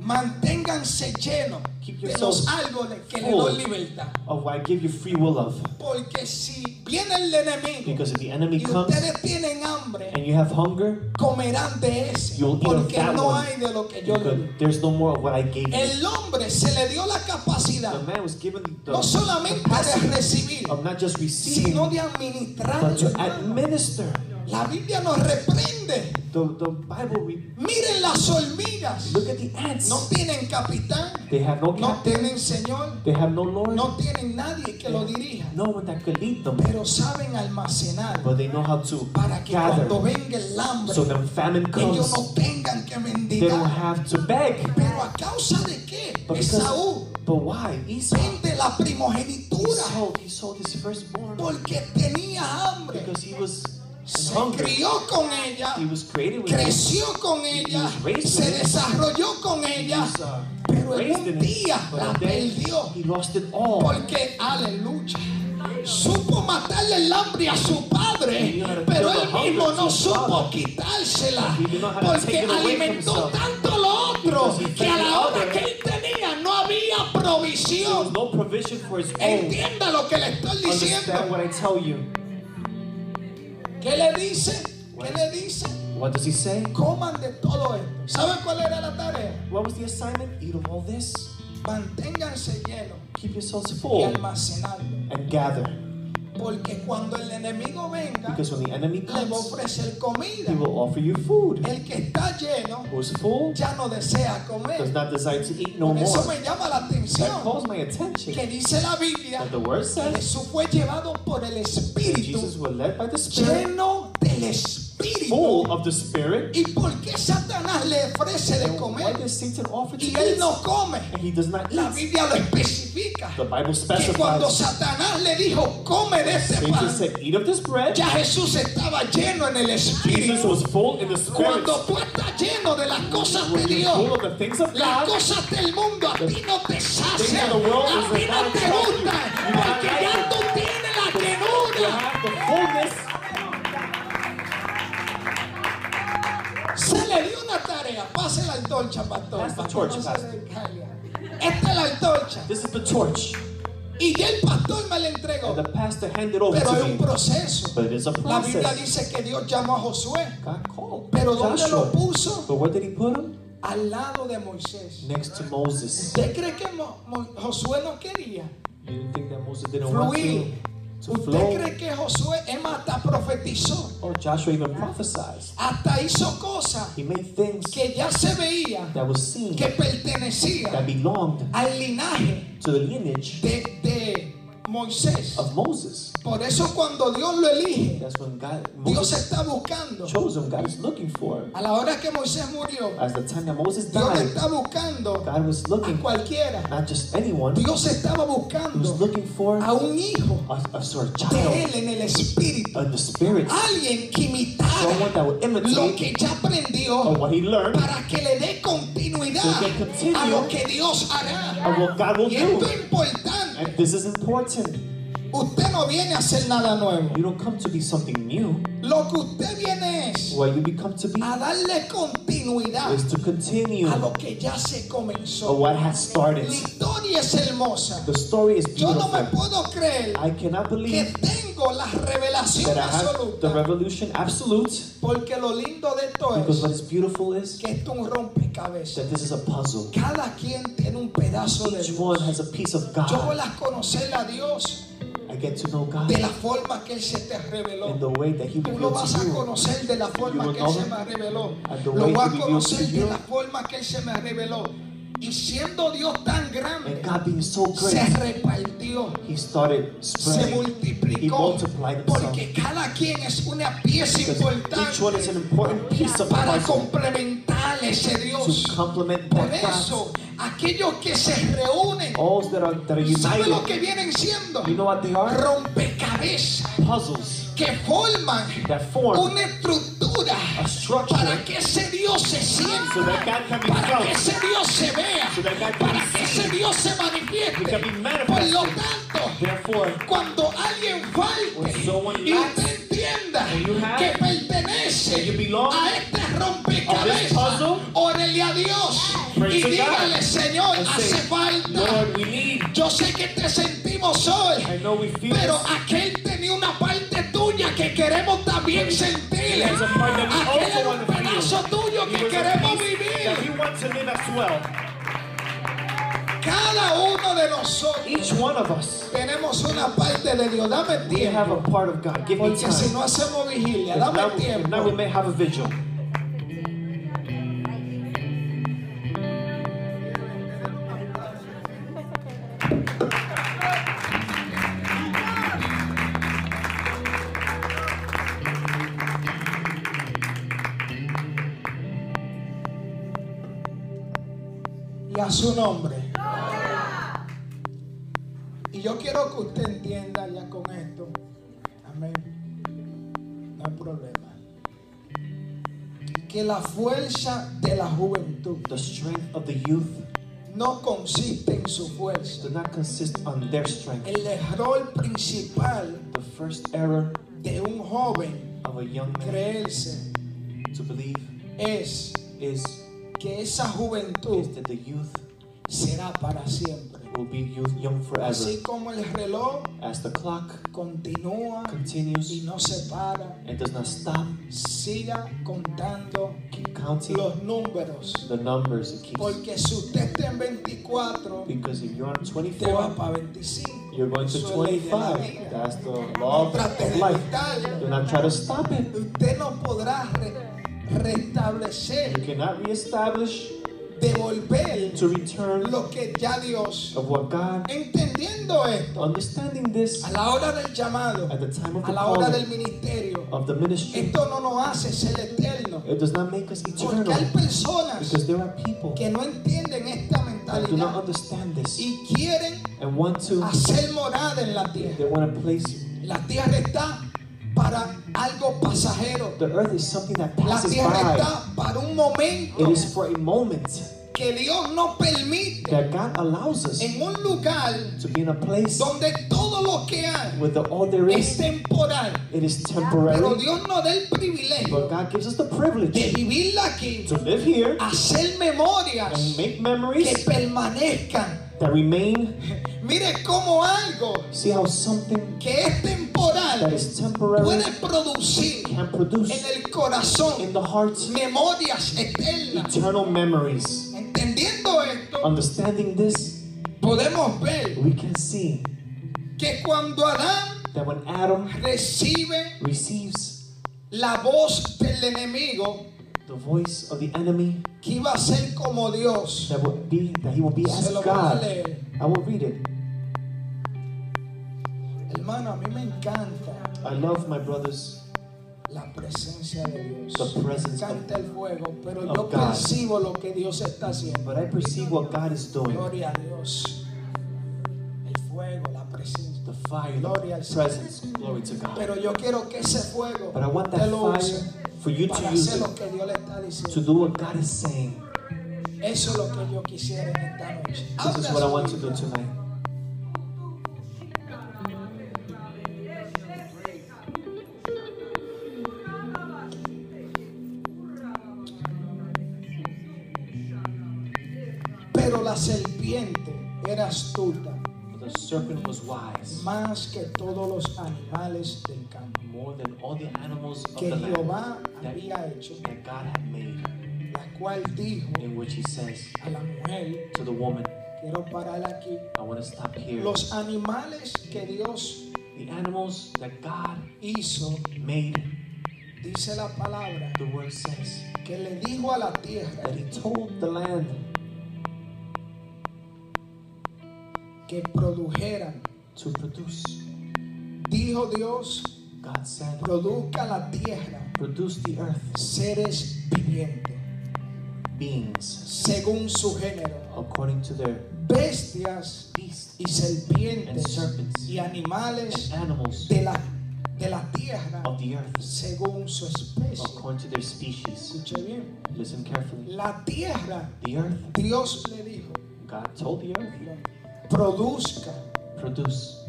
Speaker 1: Manténganse llenos
Speaker 2: Keep
Speaker 1: de
Speaker 2: yourself
Speaker 1: los árboles que le doy
Speaker 2: full.
Speaker 1: libertad.
Speaker 2: Of what Oh, I give you free will of.
Speaker 1: Porque si viene el enemigo
Speaker 2: Because if the enemy
Speaker 1: y
Speaker 2: comes
Speaker 1: ustedes tienen hambre,
Speaker 2: and you have hunger,
Speaker 1: comerán de ese,
Speaker 2: You'll eat of
Speaker 1: porque
Speaker 2: that
Speaker 1: no
Speaker 2: one.
Speaker 1: hay de lo que yo
Speaker 2: you
Speaker 1: le di.
Speaker 2: could, there's no more of what I gave you.
Speaker 1: El hombre se le dio la
Speaker 2: The
Speaker 1: capacidad
Speaker 2: man was given the
Speaker 1: no solamente de recibir,
Speaker 2: of not just receiving,
Speaker 1: sino de
Speaker 2: but
Speaker 1: administrar.
Speaker 2: to administer.
Speaker 1: La Biblia nos reprende.
Speaker 2: The, the Bible, we
Speaker 1: Miren las hormigas.
Speaker 2: look at the ants.
Speaker 1: No tienen capitán,
Speaker 2: They have no
Speaker 1: no
Speaker 2: captain.
Speaker 1: tienen señor,
Speaker 2: They have no lord.
Speaker 1: no tienen nadie que lo dirija,
Speaker 2: No one that could lead them.
Speaker 1: pero saben almacenar
Speaker 2: But they know how to
Speaker 1: para que cuando
Speaker 2: gather.
Speaker 1: venga el hambre
Speaker 2: So when famine
Speaker 1: ellos
Speaker 2: comes,
Speaker 1: no tengan que
Speaker 2: they don't
Speaker 1: mendigar.
Speaker 2: have to beg.
Speaker 1: Pero a causa de qué?
Speaker 2: But,
Speaker 1: Esaú
Speaker 2: but why? Esau,
Speaker 1: vende la
Speaker 2: he
Speaker 1: primogenitura
Speaker 2: sold, he sold his firstborn
Speaker 1: porque tenía hambre.
Speaker 2: because he was
Speaker 1: Se
Speaker 2: hungry.
Speaker 1: crió con ella,
Speaker 2: He was created with it.
Speaker 1: creció con ella, se desarrolló con
Speaker 2: He
Speaker 1: ella,
Speaker 2: was, uh,
Speaker 1: pero en
Speaker 2: raised
Speaker 1: un
Speaker 2: in it.
Speaker 1: día la
Speaker 2: But a day,
Speaker 1: perdió.
Speaker 2: he lost it all.
Speaker 1: Porque, aleluya, supo matarle el hambre a su padre, pero él mismo no supo quitársela. Porque alimentó tanto a lo otro que a la hora que él tenía no había
Speaker 2: There was
Speaker 1: provisión.
Speaker 2: no provision for his own.
Speaker 1: Entienda lo que le estoy
Speaker 2: Understand
Speaker 1: diciendo.
Speaker 2: what I tell you.
Speaker 1: ¿Qué le dice? ¿Qué le dice?
Speaker 2: What does he say?
Speaker 1: Coman de todo esto. ¿Sabe cuál era la tarea?
Speaker 2: What was the assignment? Eat of all this.
Speaker 1: Manténganse llenos
Speaker 2: Keep yourselves
Speaker 1: y
Speaker 2: full
Speaker 1: almacenarlo.
Speaker 2: and gather.
Speaker 1: Porque cuando el enemigo venga,
Speaker 2: Because when the enemy
Speaker 1: le va a
Speaker 2: comes,
Speaker 1: ofrecer
Speaker 2: he
Speaker 1: comida.
Speaker 2: will offer you food.
Speaker 1: El que está lleno
Speaker 2: Who's full
Speaker 1: ya no desea
Speaker 2: does
Speaker 1: comer.
Speaker 2: not desire to eat no
Speaker 1: Por eso
Speaker 2: more.
Speaker 1: me llama la
Speaker 2: That
Speaker 1: atención
Speaker 2: calls my attention.
Speaker 1: que dice la Biblia
Speaker 2: That the word
Speaker 1: que
Speaker 2: says
Speaker 1: Jesús fue llevado por el
Speaker 2: that Jesus
Speaker 1: Espíritu,
Speaker 2: was led by the Spirit,
Speaker 1: lleno del
Speaker 2: full
Speaker 1: Espíritu.
Speaker 2: of the Spirit.
Speaker 1: ¿Y por qué Satanás le ofrece de
Speaker 2: Why
Speaker 1: comer
Speaker 2: does Satan offer to
Speaker 1: y él
Speaker 2: eat?
Speaker 1: no come?
Speaker 2: And he does not
Speaker 1: La
Speaker 2: eat.
Speaker 1: Biblia lo especifica.
Speaker 2: The Bible
Speaker 1: Que cuando
Speaker 2: specifies.
Speaker 1: Satanás le dijo, come de ese
Speaker 2: Satan
Speaker 1: pan,
Speaker 2: said, eat of this bread.
Speaker 1: ya Jesús estaba lleno en el
Speaker 2: Jesus
Speaker 1: Espíritu.
Speaker 2: was full in the Spirit.
Speaker 1: Cuando tú estás lleno de las cosas de
Speaker 2: When you're
Speaker 1: Dios,
Speaker 2: full of the things of
Speaker 1: Las
Speaker 2: God,
Speaker 1: cosas del mundo a ti no te sacian,
Speaker 2: Things of the world
Speaker 1: a
Speaker 2: is
Speaker 1: ti no
Speaker 2: about
Speaker 1: te
Speaker 2: you.
Speaker 1: gustan,
Speaker 2: You are
Speaker 1: porque ya
Speaker 2: like
Speaker 1: tú tienes la
Speaker 2: you
Speaker 1: llenura.
Speaker 2: have the fullness.
Speaker 1: Se le dio una tarea, pase la antorcha, pastor.
Speaker 2: Pass the
Speaker 1: para que
Speaker 2: torch,
Speaker 1: no se
Speaker 2: pastor.
Speaker 1: le caiga. Esta es la antorcha.
Speaker 2: This is the torch
Speaker 1: Y ya el pastor me la entregó,
Speaker 2: and the pastor handed over
Speaker 1: pero
Speaker 2: to
Speaker 1: es un
Speaker 2: me.
Speaker 1: proceso.
Speaker 2: But it is a
Speaker 1: La Biblia
Speaker 2: process.
Speaker 1: dice que Dios llamó a Josué,
Speaker 2: God called
Speaker 1: pero ¿dónde lo
Speaker 2: Joshua.
Speaker 1: puso?
Speaker 2: But where did he put him?
Speaker 1: Al lado de Moisés.
Speaker 2: Next to Moses.
Speaker 1: ¿Usted cree que Mo- Mo- Josué no quería?
Speaker 2: You didn't think that Moses didn't want
Speaker 1: Fluir.
Speaker 2: to, to
Speaker 1: ¿Usted
Speaker 2: flow?
Speaker 1: cree que Josué, es más, hasta profetizó?
Speaker 2: Oh, Joshua even prophesied.
Speaker 1: hasta hizo cosas
Speaker 2: He made things
Speaker 1: que ya se veía
Speaker 2: that was seen,
Speaker 1: que
Speaker 2: that
Speaker 1: pertenecía
Speaker 2: belonged
Speaker 1: al linaje
Speaker 2: to the lineage
Speaker 1: de, de Moisés.
Speaker 2: of Moses.
Speaker 1: Por eso cuando Dios lo elige,
Speaker 2: That's when God,
Speaker 1: Dios
Speaker 2: Moses
Speaker 1: está buscando.
Speaker 2: chose him. God is looking for him.
Speaker 1: A la hora que Moisés murió,
Speaker 2: As the time that Moses
Speaker 1: Dios
Speaker 2: died,
Speaker 1: está buscando
Speaker 2: God was
Speaker 1: a
Speaker 2: looking,
Speaker 1: cualquiera.
Speaker 2: not just anyone, he
Speaker 1: Dios estaba
Speaker 2: was
Speaker 1: buscando
Speaker 2: looking for
Speaker 1: a un hijo
Speaker 2: a, a sort of
Speaker 1: de
Speaker 2: child
Speaker 1: él en el espíritu.
Speaker 2: of the spirit,
Speaker 1: Alguien que imitara
Speaker 2: someone that would
Speaker 1: Ah, lo
Speaker 2: imitate
Speaker 1: que ya aprendió
Speaker 2: of what he learned
Speaker 1: para que le dé continuidad
Speaker 2: So they continue
Speaker 1: a lo que Dios hará.
Speaker 2: of what God will
Speaker 1: Y esto
Speaker 2: do.
Speaker 1: es importante
Speaker 2: And
Speaker 1: importante.
Speaker 2: this is important.
Speaker 1: Usted no viene a hacer nada nuevo.
Speaker 2: You don't come to be something new.
Speaker 1: Lo que usted viene es
Speaker 2: What you become to be
Speaker 1: a darle continuidad
Speaker 2: is to continue
Speaker 1: a lo que ya se
Speaker 2: of
Speaker 1: comenzó.
Speaker 2: what has started.
Speaker 1: La historia es hermosa.
Speaker 2: The story is
Speaker 1: Yo no me
Speaker 2: beautiful.
Speaker 1: puedo creer
Speaker 2: I cannot
Speaker 1: que
Speaker 2: believe
Speaker 1: tengo la revelación
Speaker 2: that I have the
Speaker 1: absoluta.
Speaker 2: revolution absolute
Speaker 1: Porque lo lindo de esto
Speaker 2: because what
Speaker 1: es
Speaker 2: is beautiful is
Speaker 1: que esto es un rompecabezas.
Speaker 2: that this is a puzzle.
Speaker 1: Cada quien tiene un pedazo de
Speaker 2: Each
Speaker 1: Dios.
Speaker 2: one has a piece of
Speaker 1: Yo voy
Speaker 2: God.
Speaker 1: a conocer a Dios
Speaker 2: I get to know God
Speaker 1: de la forma que Él se te
Speaker 2: in
Speaker 1: reveló.
Speaker 2: the way that He
Speaker 1: Tú lo
Speaker 2: revealed
Speaker 1: vas
Speaker 2: to
Speaker 1: a
Speaker 2: you.
Speaker 1: conocer de la forma
Speaker 2: will
Speaker 1: que Él
Speaker 2: know
Speaker 1: se
Speaker 2: him
Speaker 1: me reveló.
Speaker 2: and the
Speaker 1: Lo voy
Speaker 2: way he
Speaker 1: a
Speaker 2: revealed
Speaker 1: conocer
Speaker 2: to
Speaker 1: de
Speaker 2: you.
Speaker 1: la forma que Él se me reveló. Y siendo Dios tan grande,
Speaker 2: And God being so
Speaker 1: se
Speaker 2: great,
Speaker 1: repartió.
Speaker 2: He started
Speaker 1: se
Speaker 2: spreading. He
Speaker 1: multiplicó
Speaker 2: multiplied Himself.
Speaker 1: porque cada quien es una pieza
Speaker 2: Because each one is an
Speaker 1: importante
Speaker 2: important piece of
Speaker 1: para
Speaker 2: puzzle
Speaker 1: complementar ese Dios.
Speaker 2: to complement
Speaker 1: Por
Speaker 2: that
Speaker 1: eso,
Speaker 2: puzzle.
Speaker 1: aquellos que se reúnen,
Speaker 2: All that are that are
Speaker 1: ¿saben lo
Speaker 2: united.
Speaker 1: que vienen siendo?
Speaker 2: You know what they are?
Speaker 1: Rompecabezas
Speaker 2: Puzzles
Speaker 1: que forman
Speaker 2: that form
Speaker 1: una estructura
Speaker 2: a structure
Speaker 1: para que ese Dios se
Speaker 2: so that
Speaker 1: sienta,
Speaker 2: God can be
Speaker 1: para que
Speaker 2: felt,
Speaker 1: ese Dios se vea,
Speaker 2: so that God
Speaker 1: para
Speaker 2: can
Speaker 1: que
Speaker 2: be
Speaker 1: ese
Speaker 2: seen,
Speaker 1: Dios se
Speaker 2: it can be
Speaker 1: manifieste. Por lo
Speaker 2: manifested.
Speaker 1: tanto,
Speaker 2: Therefore,
Speaker 1: cuando alguien falte
Speaker 2: When someone
Speaker 1: y
Speaker 2: lacks,
Speaker 1: usted entienda
Speaker 2: when you have,
Speaker 1: que pertenece
Speaker 2: and you belong
Speaker 1: a este
Speaker 2: of this
Speaker 1: rompecabezas,
Speaker 2: puzzle,
Speaker 1: órele a Dios
Speaker 2: Praise
Speaker 1: y
Speaker 2: to God.
Speaker 1: dígale, Señor,
Speaker 2: and
Speaker 1: hace
Speaker 2: say,
Speaker 1: falta.
Speaker 2: Lord, we need.
Speaker 1: Yo sé que te sentimos hoy,
Speaker 2: I know we feel
Speaker 1: pero
Speaker 2: this.
Speaker 1: aquel tenía una parte tuya que queremos también sentir.
Speaker 2: There's a part that we
Speaker 1: Aquel
Speaker 2: also
Speaker 1: era un
Speaker 2: want to feel.
Speaker 1: pedazo tuyo
Speaker 2: It
Speaker 1: que
Speaker 2: was a
Speaker 1: queremos
Speaker 2: piece that
Speaker 1: vivir.
Speaker 2: we want to live as well.
Speaker 1: Cada uno de nosotros
Speaker 2: Each one of us,
Speaker 1: tenemos una parte de Dios. Dame
Speaker 2: we
Speaker 1: tiempo.
Speaker 2: have a part of God. Give me
Speaker 1: Porque si
Speaker 2: time.
Speaker 1: no hacemos vigilia,
Speaker 2: If
Speaker 1: dame
Speaker 2: not, if
Speaker 1: tiempo.
Speaker 2: not, we may have a vigil.
Speaker 1: Y a su nombre. Y yo quiero que usted entienda ya con esto. Amén. No hay problema. Que la fuerza de la juventud
Speaker 2: The strength of the youth
Speaker 1: no consiste en su fuerza.
Speaker 2: does not consist on their strength.
Speaker 1: El error principal
Speaker 2: The first error
Speaker 1: de un joven
Speaker 2: of a young man
Speaker 1: creerse
Speaker 2: to believe
Speaker 1: es
Speaker 2: is
Speaker 1: que esa
Speaker 2: is
Speaker 1: juventud
Speaker 2: that the youth
Speaker 1: será para siempre.
Speaker 2: will be youth young forever.
Speaker 1: Así como el reloj
Speaker 2: As the clock
Speaker 1: continúa y
Speaker 2: continues
Speaker 1: no se para,
Speaker 2: and does not stop,
Speaker 1: siga contando
Speaker 2: keep counting
Speaker 1: los números.
Speaker 2: the numbers. It keeps
Speaker 1: Porque si usted está en 24,
Speaker 2: because if you're on
Speaker 1: usted va
Speaker 2: 24,
Speaker 1: para 25.
Speaker 2: you're going to
Speaker 1: Eso es ley de la
Speaker 2: 25.
Speaker 1: vida.
Speaker 2: That's the
Speaker 1: No
Speaker 2: law
Speaker 1: trate
Speaker 2: of
Speaker 1: de
Speaker 2: life.
Speaker 1: evitarlo.
Speaker 2: Do not try to stop it.
Speaker 1: Usted no podrá re-
Speaker 2: You
Speaker 1: restablecer,
Speaker 2: cannot reestablish
Speaker 1: devolver
Speaker 2: to return
Speaker 1: lo que ya Dios.
Speaker 2: of what God.
Speaker 1: Entendiendo esto,
Speaker 2: Understanding this
Speaker 1: a la hora del llamado,
Speaker 2: at the time of
Speaker 1: a
Speaker 2: the
Speaker 1: la hora
Speaker 2: calling
Speaker 1: del ministerio,
Speaker 2: of the ministry,
Speaker 1: esto no nos hace ser eternos.
Speaker 2: it does not make us
Speaker 1: Porque hay
Speaker 2: eternal
Speaker 1: personas
Speaker 2: because there are people
Speaker 1: que no entienden esta
Speaker 2: that do not
Speaker 1: mentalidad
Speaker 2: understand this
Speaker 1: y quieren
Speaker 2: and want to.
Speaker 1: hacer morada en la
Speaker 2: They
Speaker 1: tierra.
Speaker 2: want to place
Speaker 1: La tierra está para algo pasajero.
Speaker 2: the earth is something that
Speaker 1: La
Speaker 2: passes
Speaker 1: tierra
Speaker 2: by.
Speaker 1: está para un
Speaker 2: It
Speaker 1: momento
Speaker 2: is for a moment
Speaker 1: que Dios no permite
Speaker 2: that God allows us
Speaker 1: en un lugar
Speaker 2: to be in a place
Speaker 1: donde todo lo que hay
Speaker 2: where the all there
Speaker 1: es
Speaker 2: is
Speaker 1: temporal.
Speaker 2: it is
Speaker 1: Pero
Speaker 2: temporary.
Speaker 1: Dios nos da el privilegio
Speaker 2: But God gives us the
Speaker 1: de
Speaker 2: privilege
Speaker 1: vivirla aquí,
Speaker 2: to live here
Speaker 1: hacer memorias
Speaker 2: and make
Speaker 1: que
Speaker 2: memories
Speaker 1: permanezcan.
Speaker 2: that remain.
Speaker 1: Mire cómo algo
Speaker 2: See how something
Speaker 1: que es
Speaker 2: that
Speaker 1: temporal
Speaker 2: is temporary
Speaker 1: puede producir
Speaker 2: can
Speaker 1: en
Speaker 2: produce
Speaker 1: el
Speaker 2: in
Speaker 1: corazón
Speaker 2: the heart
Speaker 1: memorias eternas.
Speaker 2: eternal memories.
Speaker 1: Entendiendo esto,
Speaker 2: Understanding this,
Speaker 1: podemos ver
Speaker 2: we can see
Speaker 1: que cuando Adán
Speaker 2: that when Adam
Speaker 1: recibe
Speaker 2: receives
Speaker 1: la voz del enemigo
Speaker 2: the voice of the enemy,
Speaker 1: que iba a ser como Dios,
Speaker 2: that will be that he will be as
Speaker 1: se lo voy a
Speaker 2: God.
Speaker 1: leer.
Speaker 2: I will read it.
Speaker 1: Hermano, a mí me encanta
Speaker 2: I love my brothers.
Speaker 1: la presencia de Dios.
Speaker 2: The
Speaker 1: Me
Speaker 2: presence of-
Speaker 1: encanta el fuego, pero
Speaker 2: of
Speaker 1: yo
Speaker 2: God.
Speaker 1: percibo lo que Dios está haciendo.
Speaker 2: But I perceive what God is doing.
Speaker 1: Gloria a Dios. El fuego, la presencia.
Speaker 2: The fire,
Speaker 1: Gloria al
Speaker 2: the
Speaker 1: Señor.
Speaker 2: presence, glory to God.
Speaker 1: Pero yo quiero que ese fuego
Speaker 2: But I want
Speaker 1: usted
Speaker 2: that
Speaker 1: lo use
Speaker 2: fire for you to
Speaker 1: para
Speaker 2: use
Speaker 1: hacer
Speaker 2: it,
Speaker 1: lo que Dios le está
Speaker 2: to
Speaker 1: diciendo.
Speaker 2: do what God is saying.
Speaker 1: Eso es lo que yo quisiera en esta noche.
Speaker 2: This is what I want to
Speaker 1: Habla,
Speaker 2: do
Speaker 1: Señor.
Speaker 2: tonight.
Speaker 1: Pero la serpiente era astuta
Speaker 2: But the serpent was wise,
Speaker 1: más que todos los animales del campo
Speaker 2: more than all the animals of
Speaker 1: que
Speaker 2: the land
Speaker 1: Jehová había hecho,
Speaker 2: that God had made,
Speaker 1: la cual dijo
Speaker 2: in which He says
Speaker 1: a la mujer,
Speaker 2: to the woman,
Speaker 1: quiero parar aquí,
Speaker 2: I want to stop here.
Speaker 1: los animales que Dios
Speaker 2: The animals that God
Speaker 1: hizo,
Speaker 2: made,
Speaker 1: dice la palabra,
Speaker 2: the word says,
Speaker 1: que le dijo a la tierra
Speaker 2: that He told the land
Speaker 1: que produjeran.
Speaker 2: to produce.
Speaker 1: Dijo Dios,
Speaker 2: God said,
Speaker 1: produzca la tierra
Speaker 2: produce the earth
Speaker 1: seres vivientes,
Speaker 2: beings
Speaker 1: según su género,
Speaker 2: according to their
Speaker 1: bestias
Speaker 2: beasts
Speaker 1: y serpientes y animales
Speaker 2: and animals
Speaker 1: de la, de la tierra,
Speaker 2: of the earth
Speaker 1: según su especie.
Speaker 2: according to their species.
Speaker 1: Escuche bien,
Speaker 2: Listen carefully.
Speaker 1: la tierra,
Speaker 2: The earth,
Speaker 1: Dios le dijo,
Speaker 2: God told the earth,
Speaker 1: produzca
Speaker 2: produce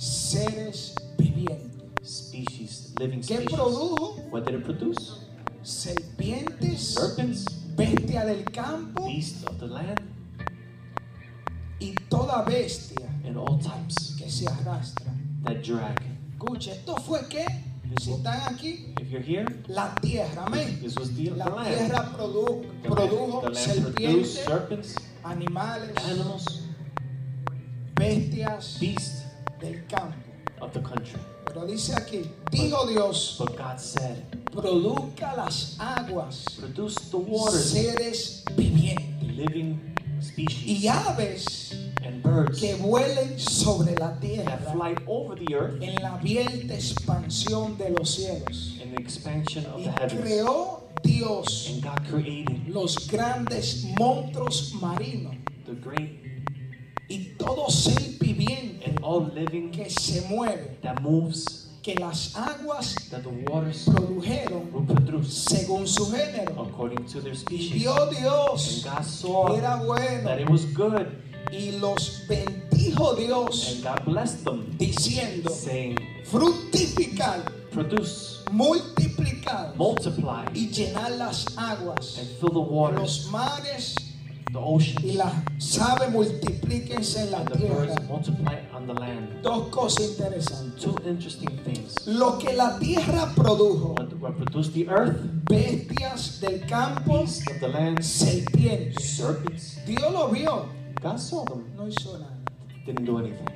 Speaker 1: seres vivientes.
Speaker 2: species, living
Speaker 1: ¿Qué
Speaker 2: species.
Speaker 1: produjo?
Speaker 2: What did it produce?
Speaker 1: Serpientes,
Speaker 2: Serpents,
Speaker 1: bestia del campo
Speaker 2: beasts of the land,
Speaker 1: y toda bestia
Speaker 2: and all types
Speaker 1: que se arrastra.
Speaker 2: that drag.
Speaker 1: Escuche, esto fue que, si están aquí,
Speaker 2: If you're here,
Speaker 1: la tierra, amén.
Speaker 2: this was the, the
Speaker 1: La
Speaker 2: land.
Speaker 1: tierra produ-
Speaker 2: The land, the
Speaker 1: produjo
Speaker 2: land
Speaker 1: serpientes,
Speaker 2: produced serpents,
Speaker 1: animales,
Speaker 2: animals,
Speaker 1: bestias
Speaker 2: beasts
Speaker 1: del campo.
Speaker 2: of the country.
Speaker 1: Pero dice aquí, dijo Dios,
Speaker 2: But God said,
Speaker 1: produzca las aguas,
Speaker 2: produce the waters,
Speaker 1: seres vivientes
Speaker 2: living
Speaker 1: y
Speaker 2: species
Speaker 1: aves
Speaker 2: and birds
Speaker 1: que vuelen sobre la
Speaker 2: that
Speaker 1: tierra
Speaker 2: fly over the earth
Speaker 1: en la abierta expansión de los cielos.
Speaker 2: and the expansion of
Speaker 1: Y
Speaker 2: the heavens.
Speaker 1: creó Dios
Speaker 2: And God created
Speaker 1: los grandes monstruos marinos
Speaker 2: the great
Speaker 1: y todo ser viviente
Speaker 2: and all living
Speaker 1: que se mueve,
Speaker 2: that moves,
Speaker 1: que las aguas
Speaker 2: that the waters
Speaker 1: produjeron
Speaker 2: will produce
Speaker 1: según su género.
Speaker 2: according to their
Speaker 1: Y
Speaker 2: species.
Speaker 1: vio
Speaker 2: And
Speaker 1: Dios
Speaker 2: God
Speaker 1: que
Speaker 2: saw
Speaker 1: era bueno
Speaker 2: that it was good,
Speaker 1: y los bendijo Dios
Speaker 2: and God blessed them,
Speaker 1: diciendo,
Speaker 2: saying,
Speaker 1: fructificar,
Speaker 2: Produce,
Speaker 1: multiplicar
Speaker 2: multiply,
Speaker 1: y llenar las aguas,
Speaker 2: and fill the waters,
Speaker 1: los mares
Speaker 2: the
Speaker 1: y
Speaker 2: oceans,
Speaker 1: las aves multiplíquense en la
Speaker 2: and the birds
Speaker 1: tierra.
Speaker 2: multiply on the land.
Speaker 1: Dos cosas interesantes.
Speaker 2: Two interesting things.
Speaker 1: Lo que la tierra produjo,
Speaker 2: What, what produced the earth,
Speaker 1: bestias del campo,
Speaker 2: beasts of the land,
Speaker 1: serpientes.
Speaker 2: serpents.
Speaker 1: Dios lo vio,
Speaker 2: God saw them,
Speaker 1: no hizo nada.
Speaker 2: didn't do anything.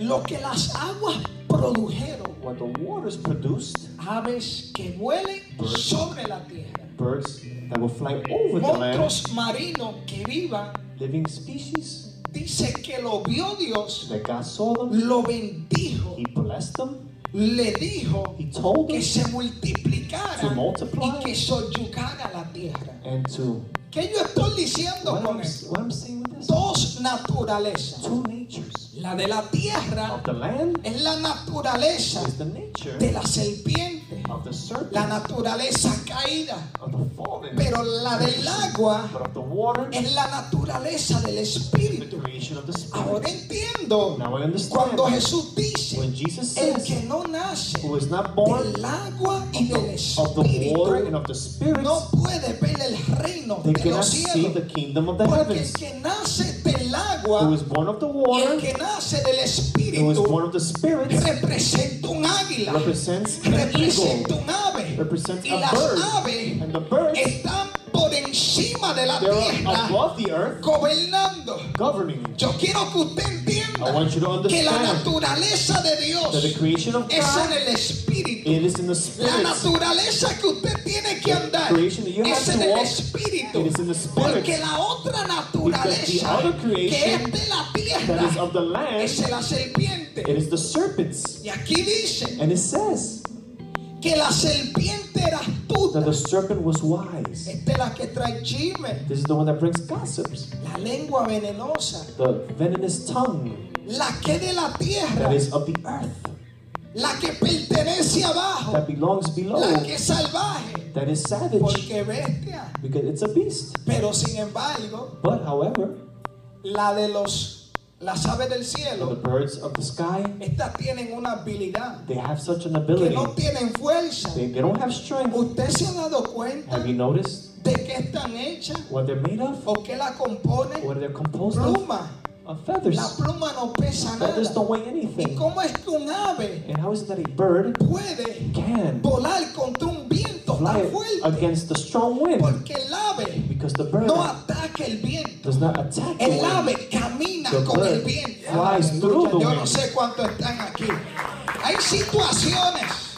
Speaker 1: Lo que las aguas produjeron,
Speaker 2: What the waters produced,
Speaker 1: aves que vuelen sobre la tierra,
Speaker 2: birds that will fly over the land,
Speaker 1: monstruos marinos que vivan,
Speaker 2: living species.
Speaker 1: dice que lo vio Dios,
Speaker 2: That God saw them,
Speaker 1: lo bendijo,
Speaker 2: He blessed them,
Speaker 1: le dijo
Speaker 2: He told
Speaker 1: que
Speaker 2: them
Speaker 1: se multiplicara
Speaker 2: to
Speaker 1: y que
Speaker 2: multiply
Speaker 1: soyugara la tierra.
Speaker 2: and to.
Speaker 1: ¿Qué yo estoy diciendo
Speaker 2: What I'm,
Speaker 1: con esto?
Speaker 2: what I'm saying with this?
Speaker 1: Dos naturalezas.
Speaker 2: Two natures.
Speaker 1: La de la tierra
Speaker 2: Of the land
Speaker 1: es la naturaleza
Speaker 2: is the nature
Speaker 1: de la serpiente,
Speaker 2: of the
Speaker 1: la
Speaker 2: serpent,
Speaker 1: naturaleza caída.
Speaker 2: of the fallen,
Speaker 1: Pero la del agua
Speaker 2: but of the water,
Speaker 1: es la naturaleza del
Speaker 2: the
Speaker 1: espíritu.
Speaker 2: creation of the spirit.
Speaker 1: Ahora entiendo
Speaker 2: Now I understand.
Speaker 1: cuando Jesús dice,
Speaker 2: When Jesus
Speaker 1: el que
Speaker 2: says,
Speaker 1: no nace
Speaker 2: who is not born
Speaker 1: del agua y del
Speaker 2: of the water
Speaker 1: espíritu
Speaker 2: and of the spirit,
Speaker 1: no puede ver el reino
Speaker 2: they
Speaker 1: de
Speaker 2: cannot
Speaker 1: los
Speaker 2: see the
Speaker 1: cielos.
Speaker 2: kingdom of the
Speaker 1: Porque el
Speaker 2: heavens.
Speaker 1: que nace del
Speaker 2: Who
Speaker 1: agua
Speaker 2: is born of the
Speaker 1: y el
Speaker 2: water,
Speaker 1: que nace del
Speaker 2: who is
Speaker 1: espíritu
Speaker 2: born of the spirit,
Speaker 1: representa un águila,
Speaker 2: represents an
Speaker 1: representa
Speaker 2: eagle,
Speaker 1: un ave.
Speaker 2: represents
Speaker 1: Y
Speaker 2: a
Speaker 1: las
Speaker 2: bird.
Speaker 1: aves
Speaker 2: And the birds,
Speaker 1: están por encima de la
Speaker 2: they are
Speaker 1: tierra
Speaker 2: above the earth,
Speaker 1: gobernando.
Speaker 2: governing.
Speaker 1: Yo quiero que usted
Speaker 2: I want you to
Speaker 1: entienda que la
Speaker 2: understand
Speaker 1: naturaleza de
Speaker 2: that the
Speaker 1: Dios
Speaker 2: creation of
Speaker 1: es en
Speaker 2: God,
Speaker 1: el espíritu.
Speaker 2: it is in
Speaker 1: La
Speaker 2: the spirit.
Speaker 1: naturaleza que usted tiene que andar
Speaker 2: creation that you have
Speaker 1: es en
Speaker 2: to
Speaker 1: el
Speaker 2: walk
Speaker 1: espíritu.
Speaker 2: is in the spirit.
Speaker 1: Porque la otra naturaleza
Speaker 2: other
Speaker 1: que
Speaker 2: creation
Speaker 1: es de la
Speaker 2: That is
Speaker 1: tierra
Speaker 2: of the
Speaker 1: es
Speaker 2: land,
Speaker 1: de la
Speaker 2: it
Speaker 1: serpiente.
Speaker 2: is the serpents.
Speaker 1: Y aquí dice
Speaker 2: And it says
Speaker 1: que la serpiente era astuta.
Speaker 2: that the serpent was wise.
Speaker 1: Esta es la que trae chisme,
Speaker 2: This is the one that brings gossips,
Speaker 1: la lengua venenosa,
Speaker 2: the venomous tongue.
Speaker 1: la que de la tierra,
Speaker 2: that is of the earth,
Speaker 1: la que pertenece abajo,
Speaker 2: that belongs
Speaker 1: la
Speaker 2: below,
Speaker 1: que es salvaje,
Speaker 2: that is savage,
Speaker 1: porque bestia.
Speaker 2: because it's a beast.
Speaker 1: Pero sin embargo,
Speaker 2: But however,
Speaker 1: la de los, las aves del
Speaker 2: the
Speaker 1: cielo,
Speaker 2: birds of the sky,
Speaker 1: estas tienen una habilidad
Speaker 2: they have such an
Speaker 1: que
Speaker 2: ability.
Speaker 1: no tienen fuerza.
Speaker 2: They, they don't have strength.
Speaker 1: Usted se ha dado cuenta
Speaker 2: Have you noticed
Speaker 1: de que están hechas
Speaker 2: what they're made of,
Speaker 1: o qué la compone.
Speaker 2: what they're composed of,
Speaker 1: Pluma.
Speaker 2: of
Speaker 1: La
Speaker 2: feathers.
Speaker 1: pluma no pesa
Speaker 2: Feathers
Speaker 1: nada.
Speaker 2: don't weigh
Speaker 1: ¿Y
Speaker 2: anything.
Speaker 1: cómo es que un ave
Speaker 2: And how is it that a bird
Speaker 1: puede
Speaker 2: can
Speaker 1: volar contra un viento
Speaker 2: fly
Speaker 1: tan fuerte?
Speaker 2: against the strong wind?
Speaker 1: Porque el ave
Speaker 2: Because the bird
Speaker 1: no ataca el viento.
Speaker 2: does not attack the
Speaker 1: El
Speaker 2: wind.
Speaker 1: ave camina
Speaker 2: The
Speaker 1: con el
Speaker 2: bird
Speaker 1: viento.
Speaker 2: flies through the
Speaker 1: Yo no
Speaker 2: wind.
Speaker 1: sé cuántos están aquí. Hay situaciones.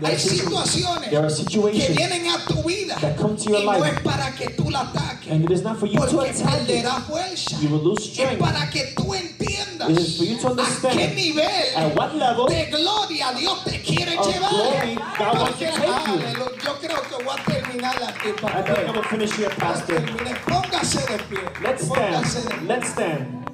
Speaker 2: There
Speaker 1: Hay
Speaker 2: are situ-
Speaker 1: situaciones
Speaker 2: there are
Speaker 1: que
Speaker 2: situations
Speaker 1: vienen a tu vida
Speaker 2: that come to your
Speaker 1: y no
Speaker 2: life.
Speaker 1: es para que tú la ataques
Speaker 2: And it is not for you to
Speaker 1: porque
Speaker 2: attack it.
Speaker 1: perderás fuerza
Speaker 2: You will lose
Speaker 1: es
Speaker 2: strength.
Speaker 1: para que tú entiendas
Speaker 2: It is for you to
Speaker 1: a
Speaker 2: understand
Speaker 1: qué nivel
Speaker 2: At what level
Speaker 1: de gloria Dios te quiere
Speaker 2: of
Speaker 1: llevar
Speaker 2: glory God wants
Speaker 1: Porque,
Speaker 2: to take you.
Speaker 1: aleluya, yo creo que voy a terminar aquí
Speaker 2: I
Speaker 1: para
Speaker 2: think I'm gonna finish here, Pastor.
Speaker 1: Póngase de pie.
Speaker 2: Let's
Speaker 1: Póngase de
Speaker 2: stand. Let's stand.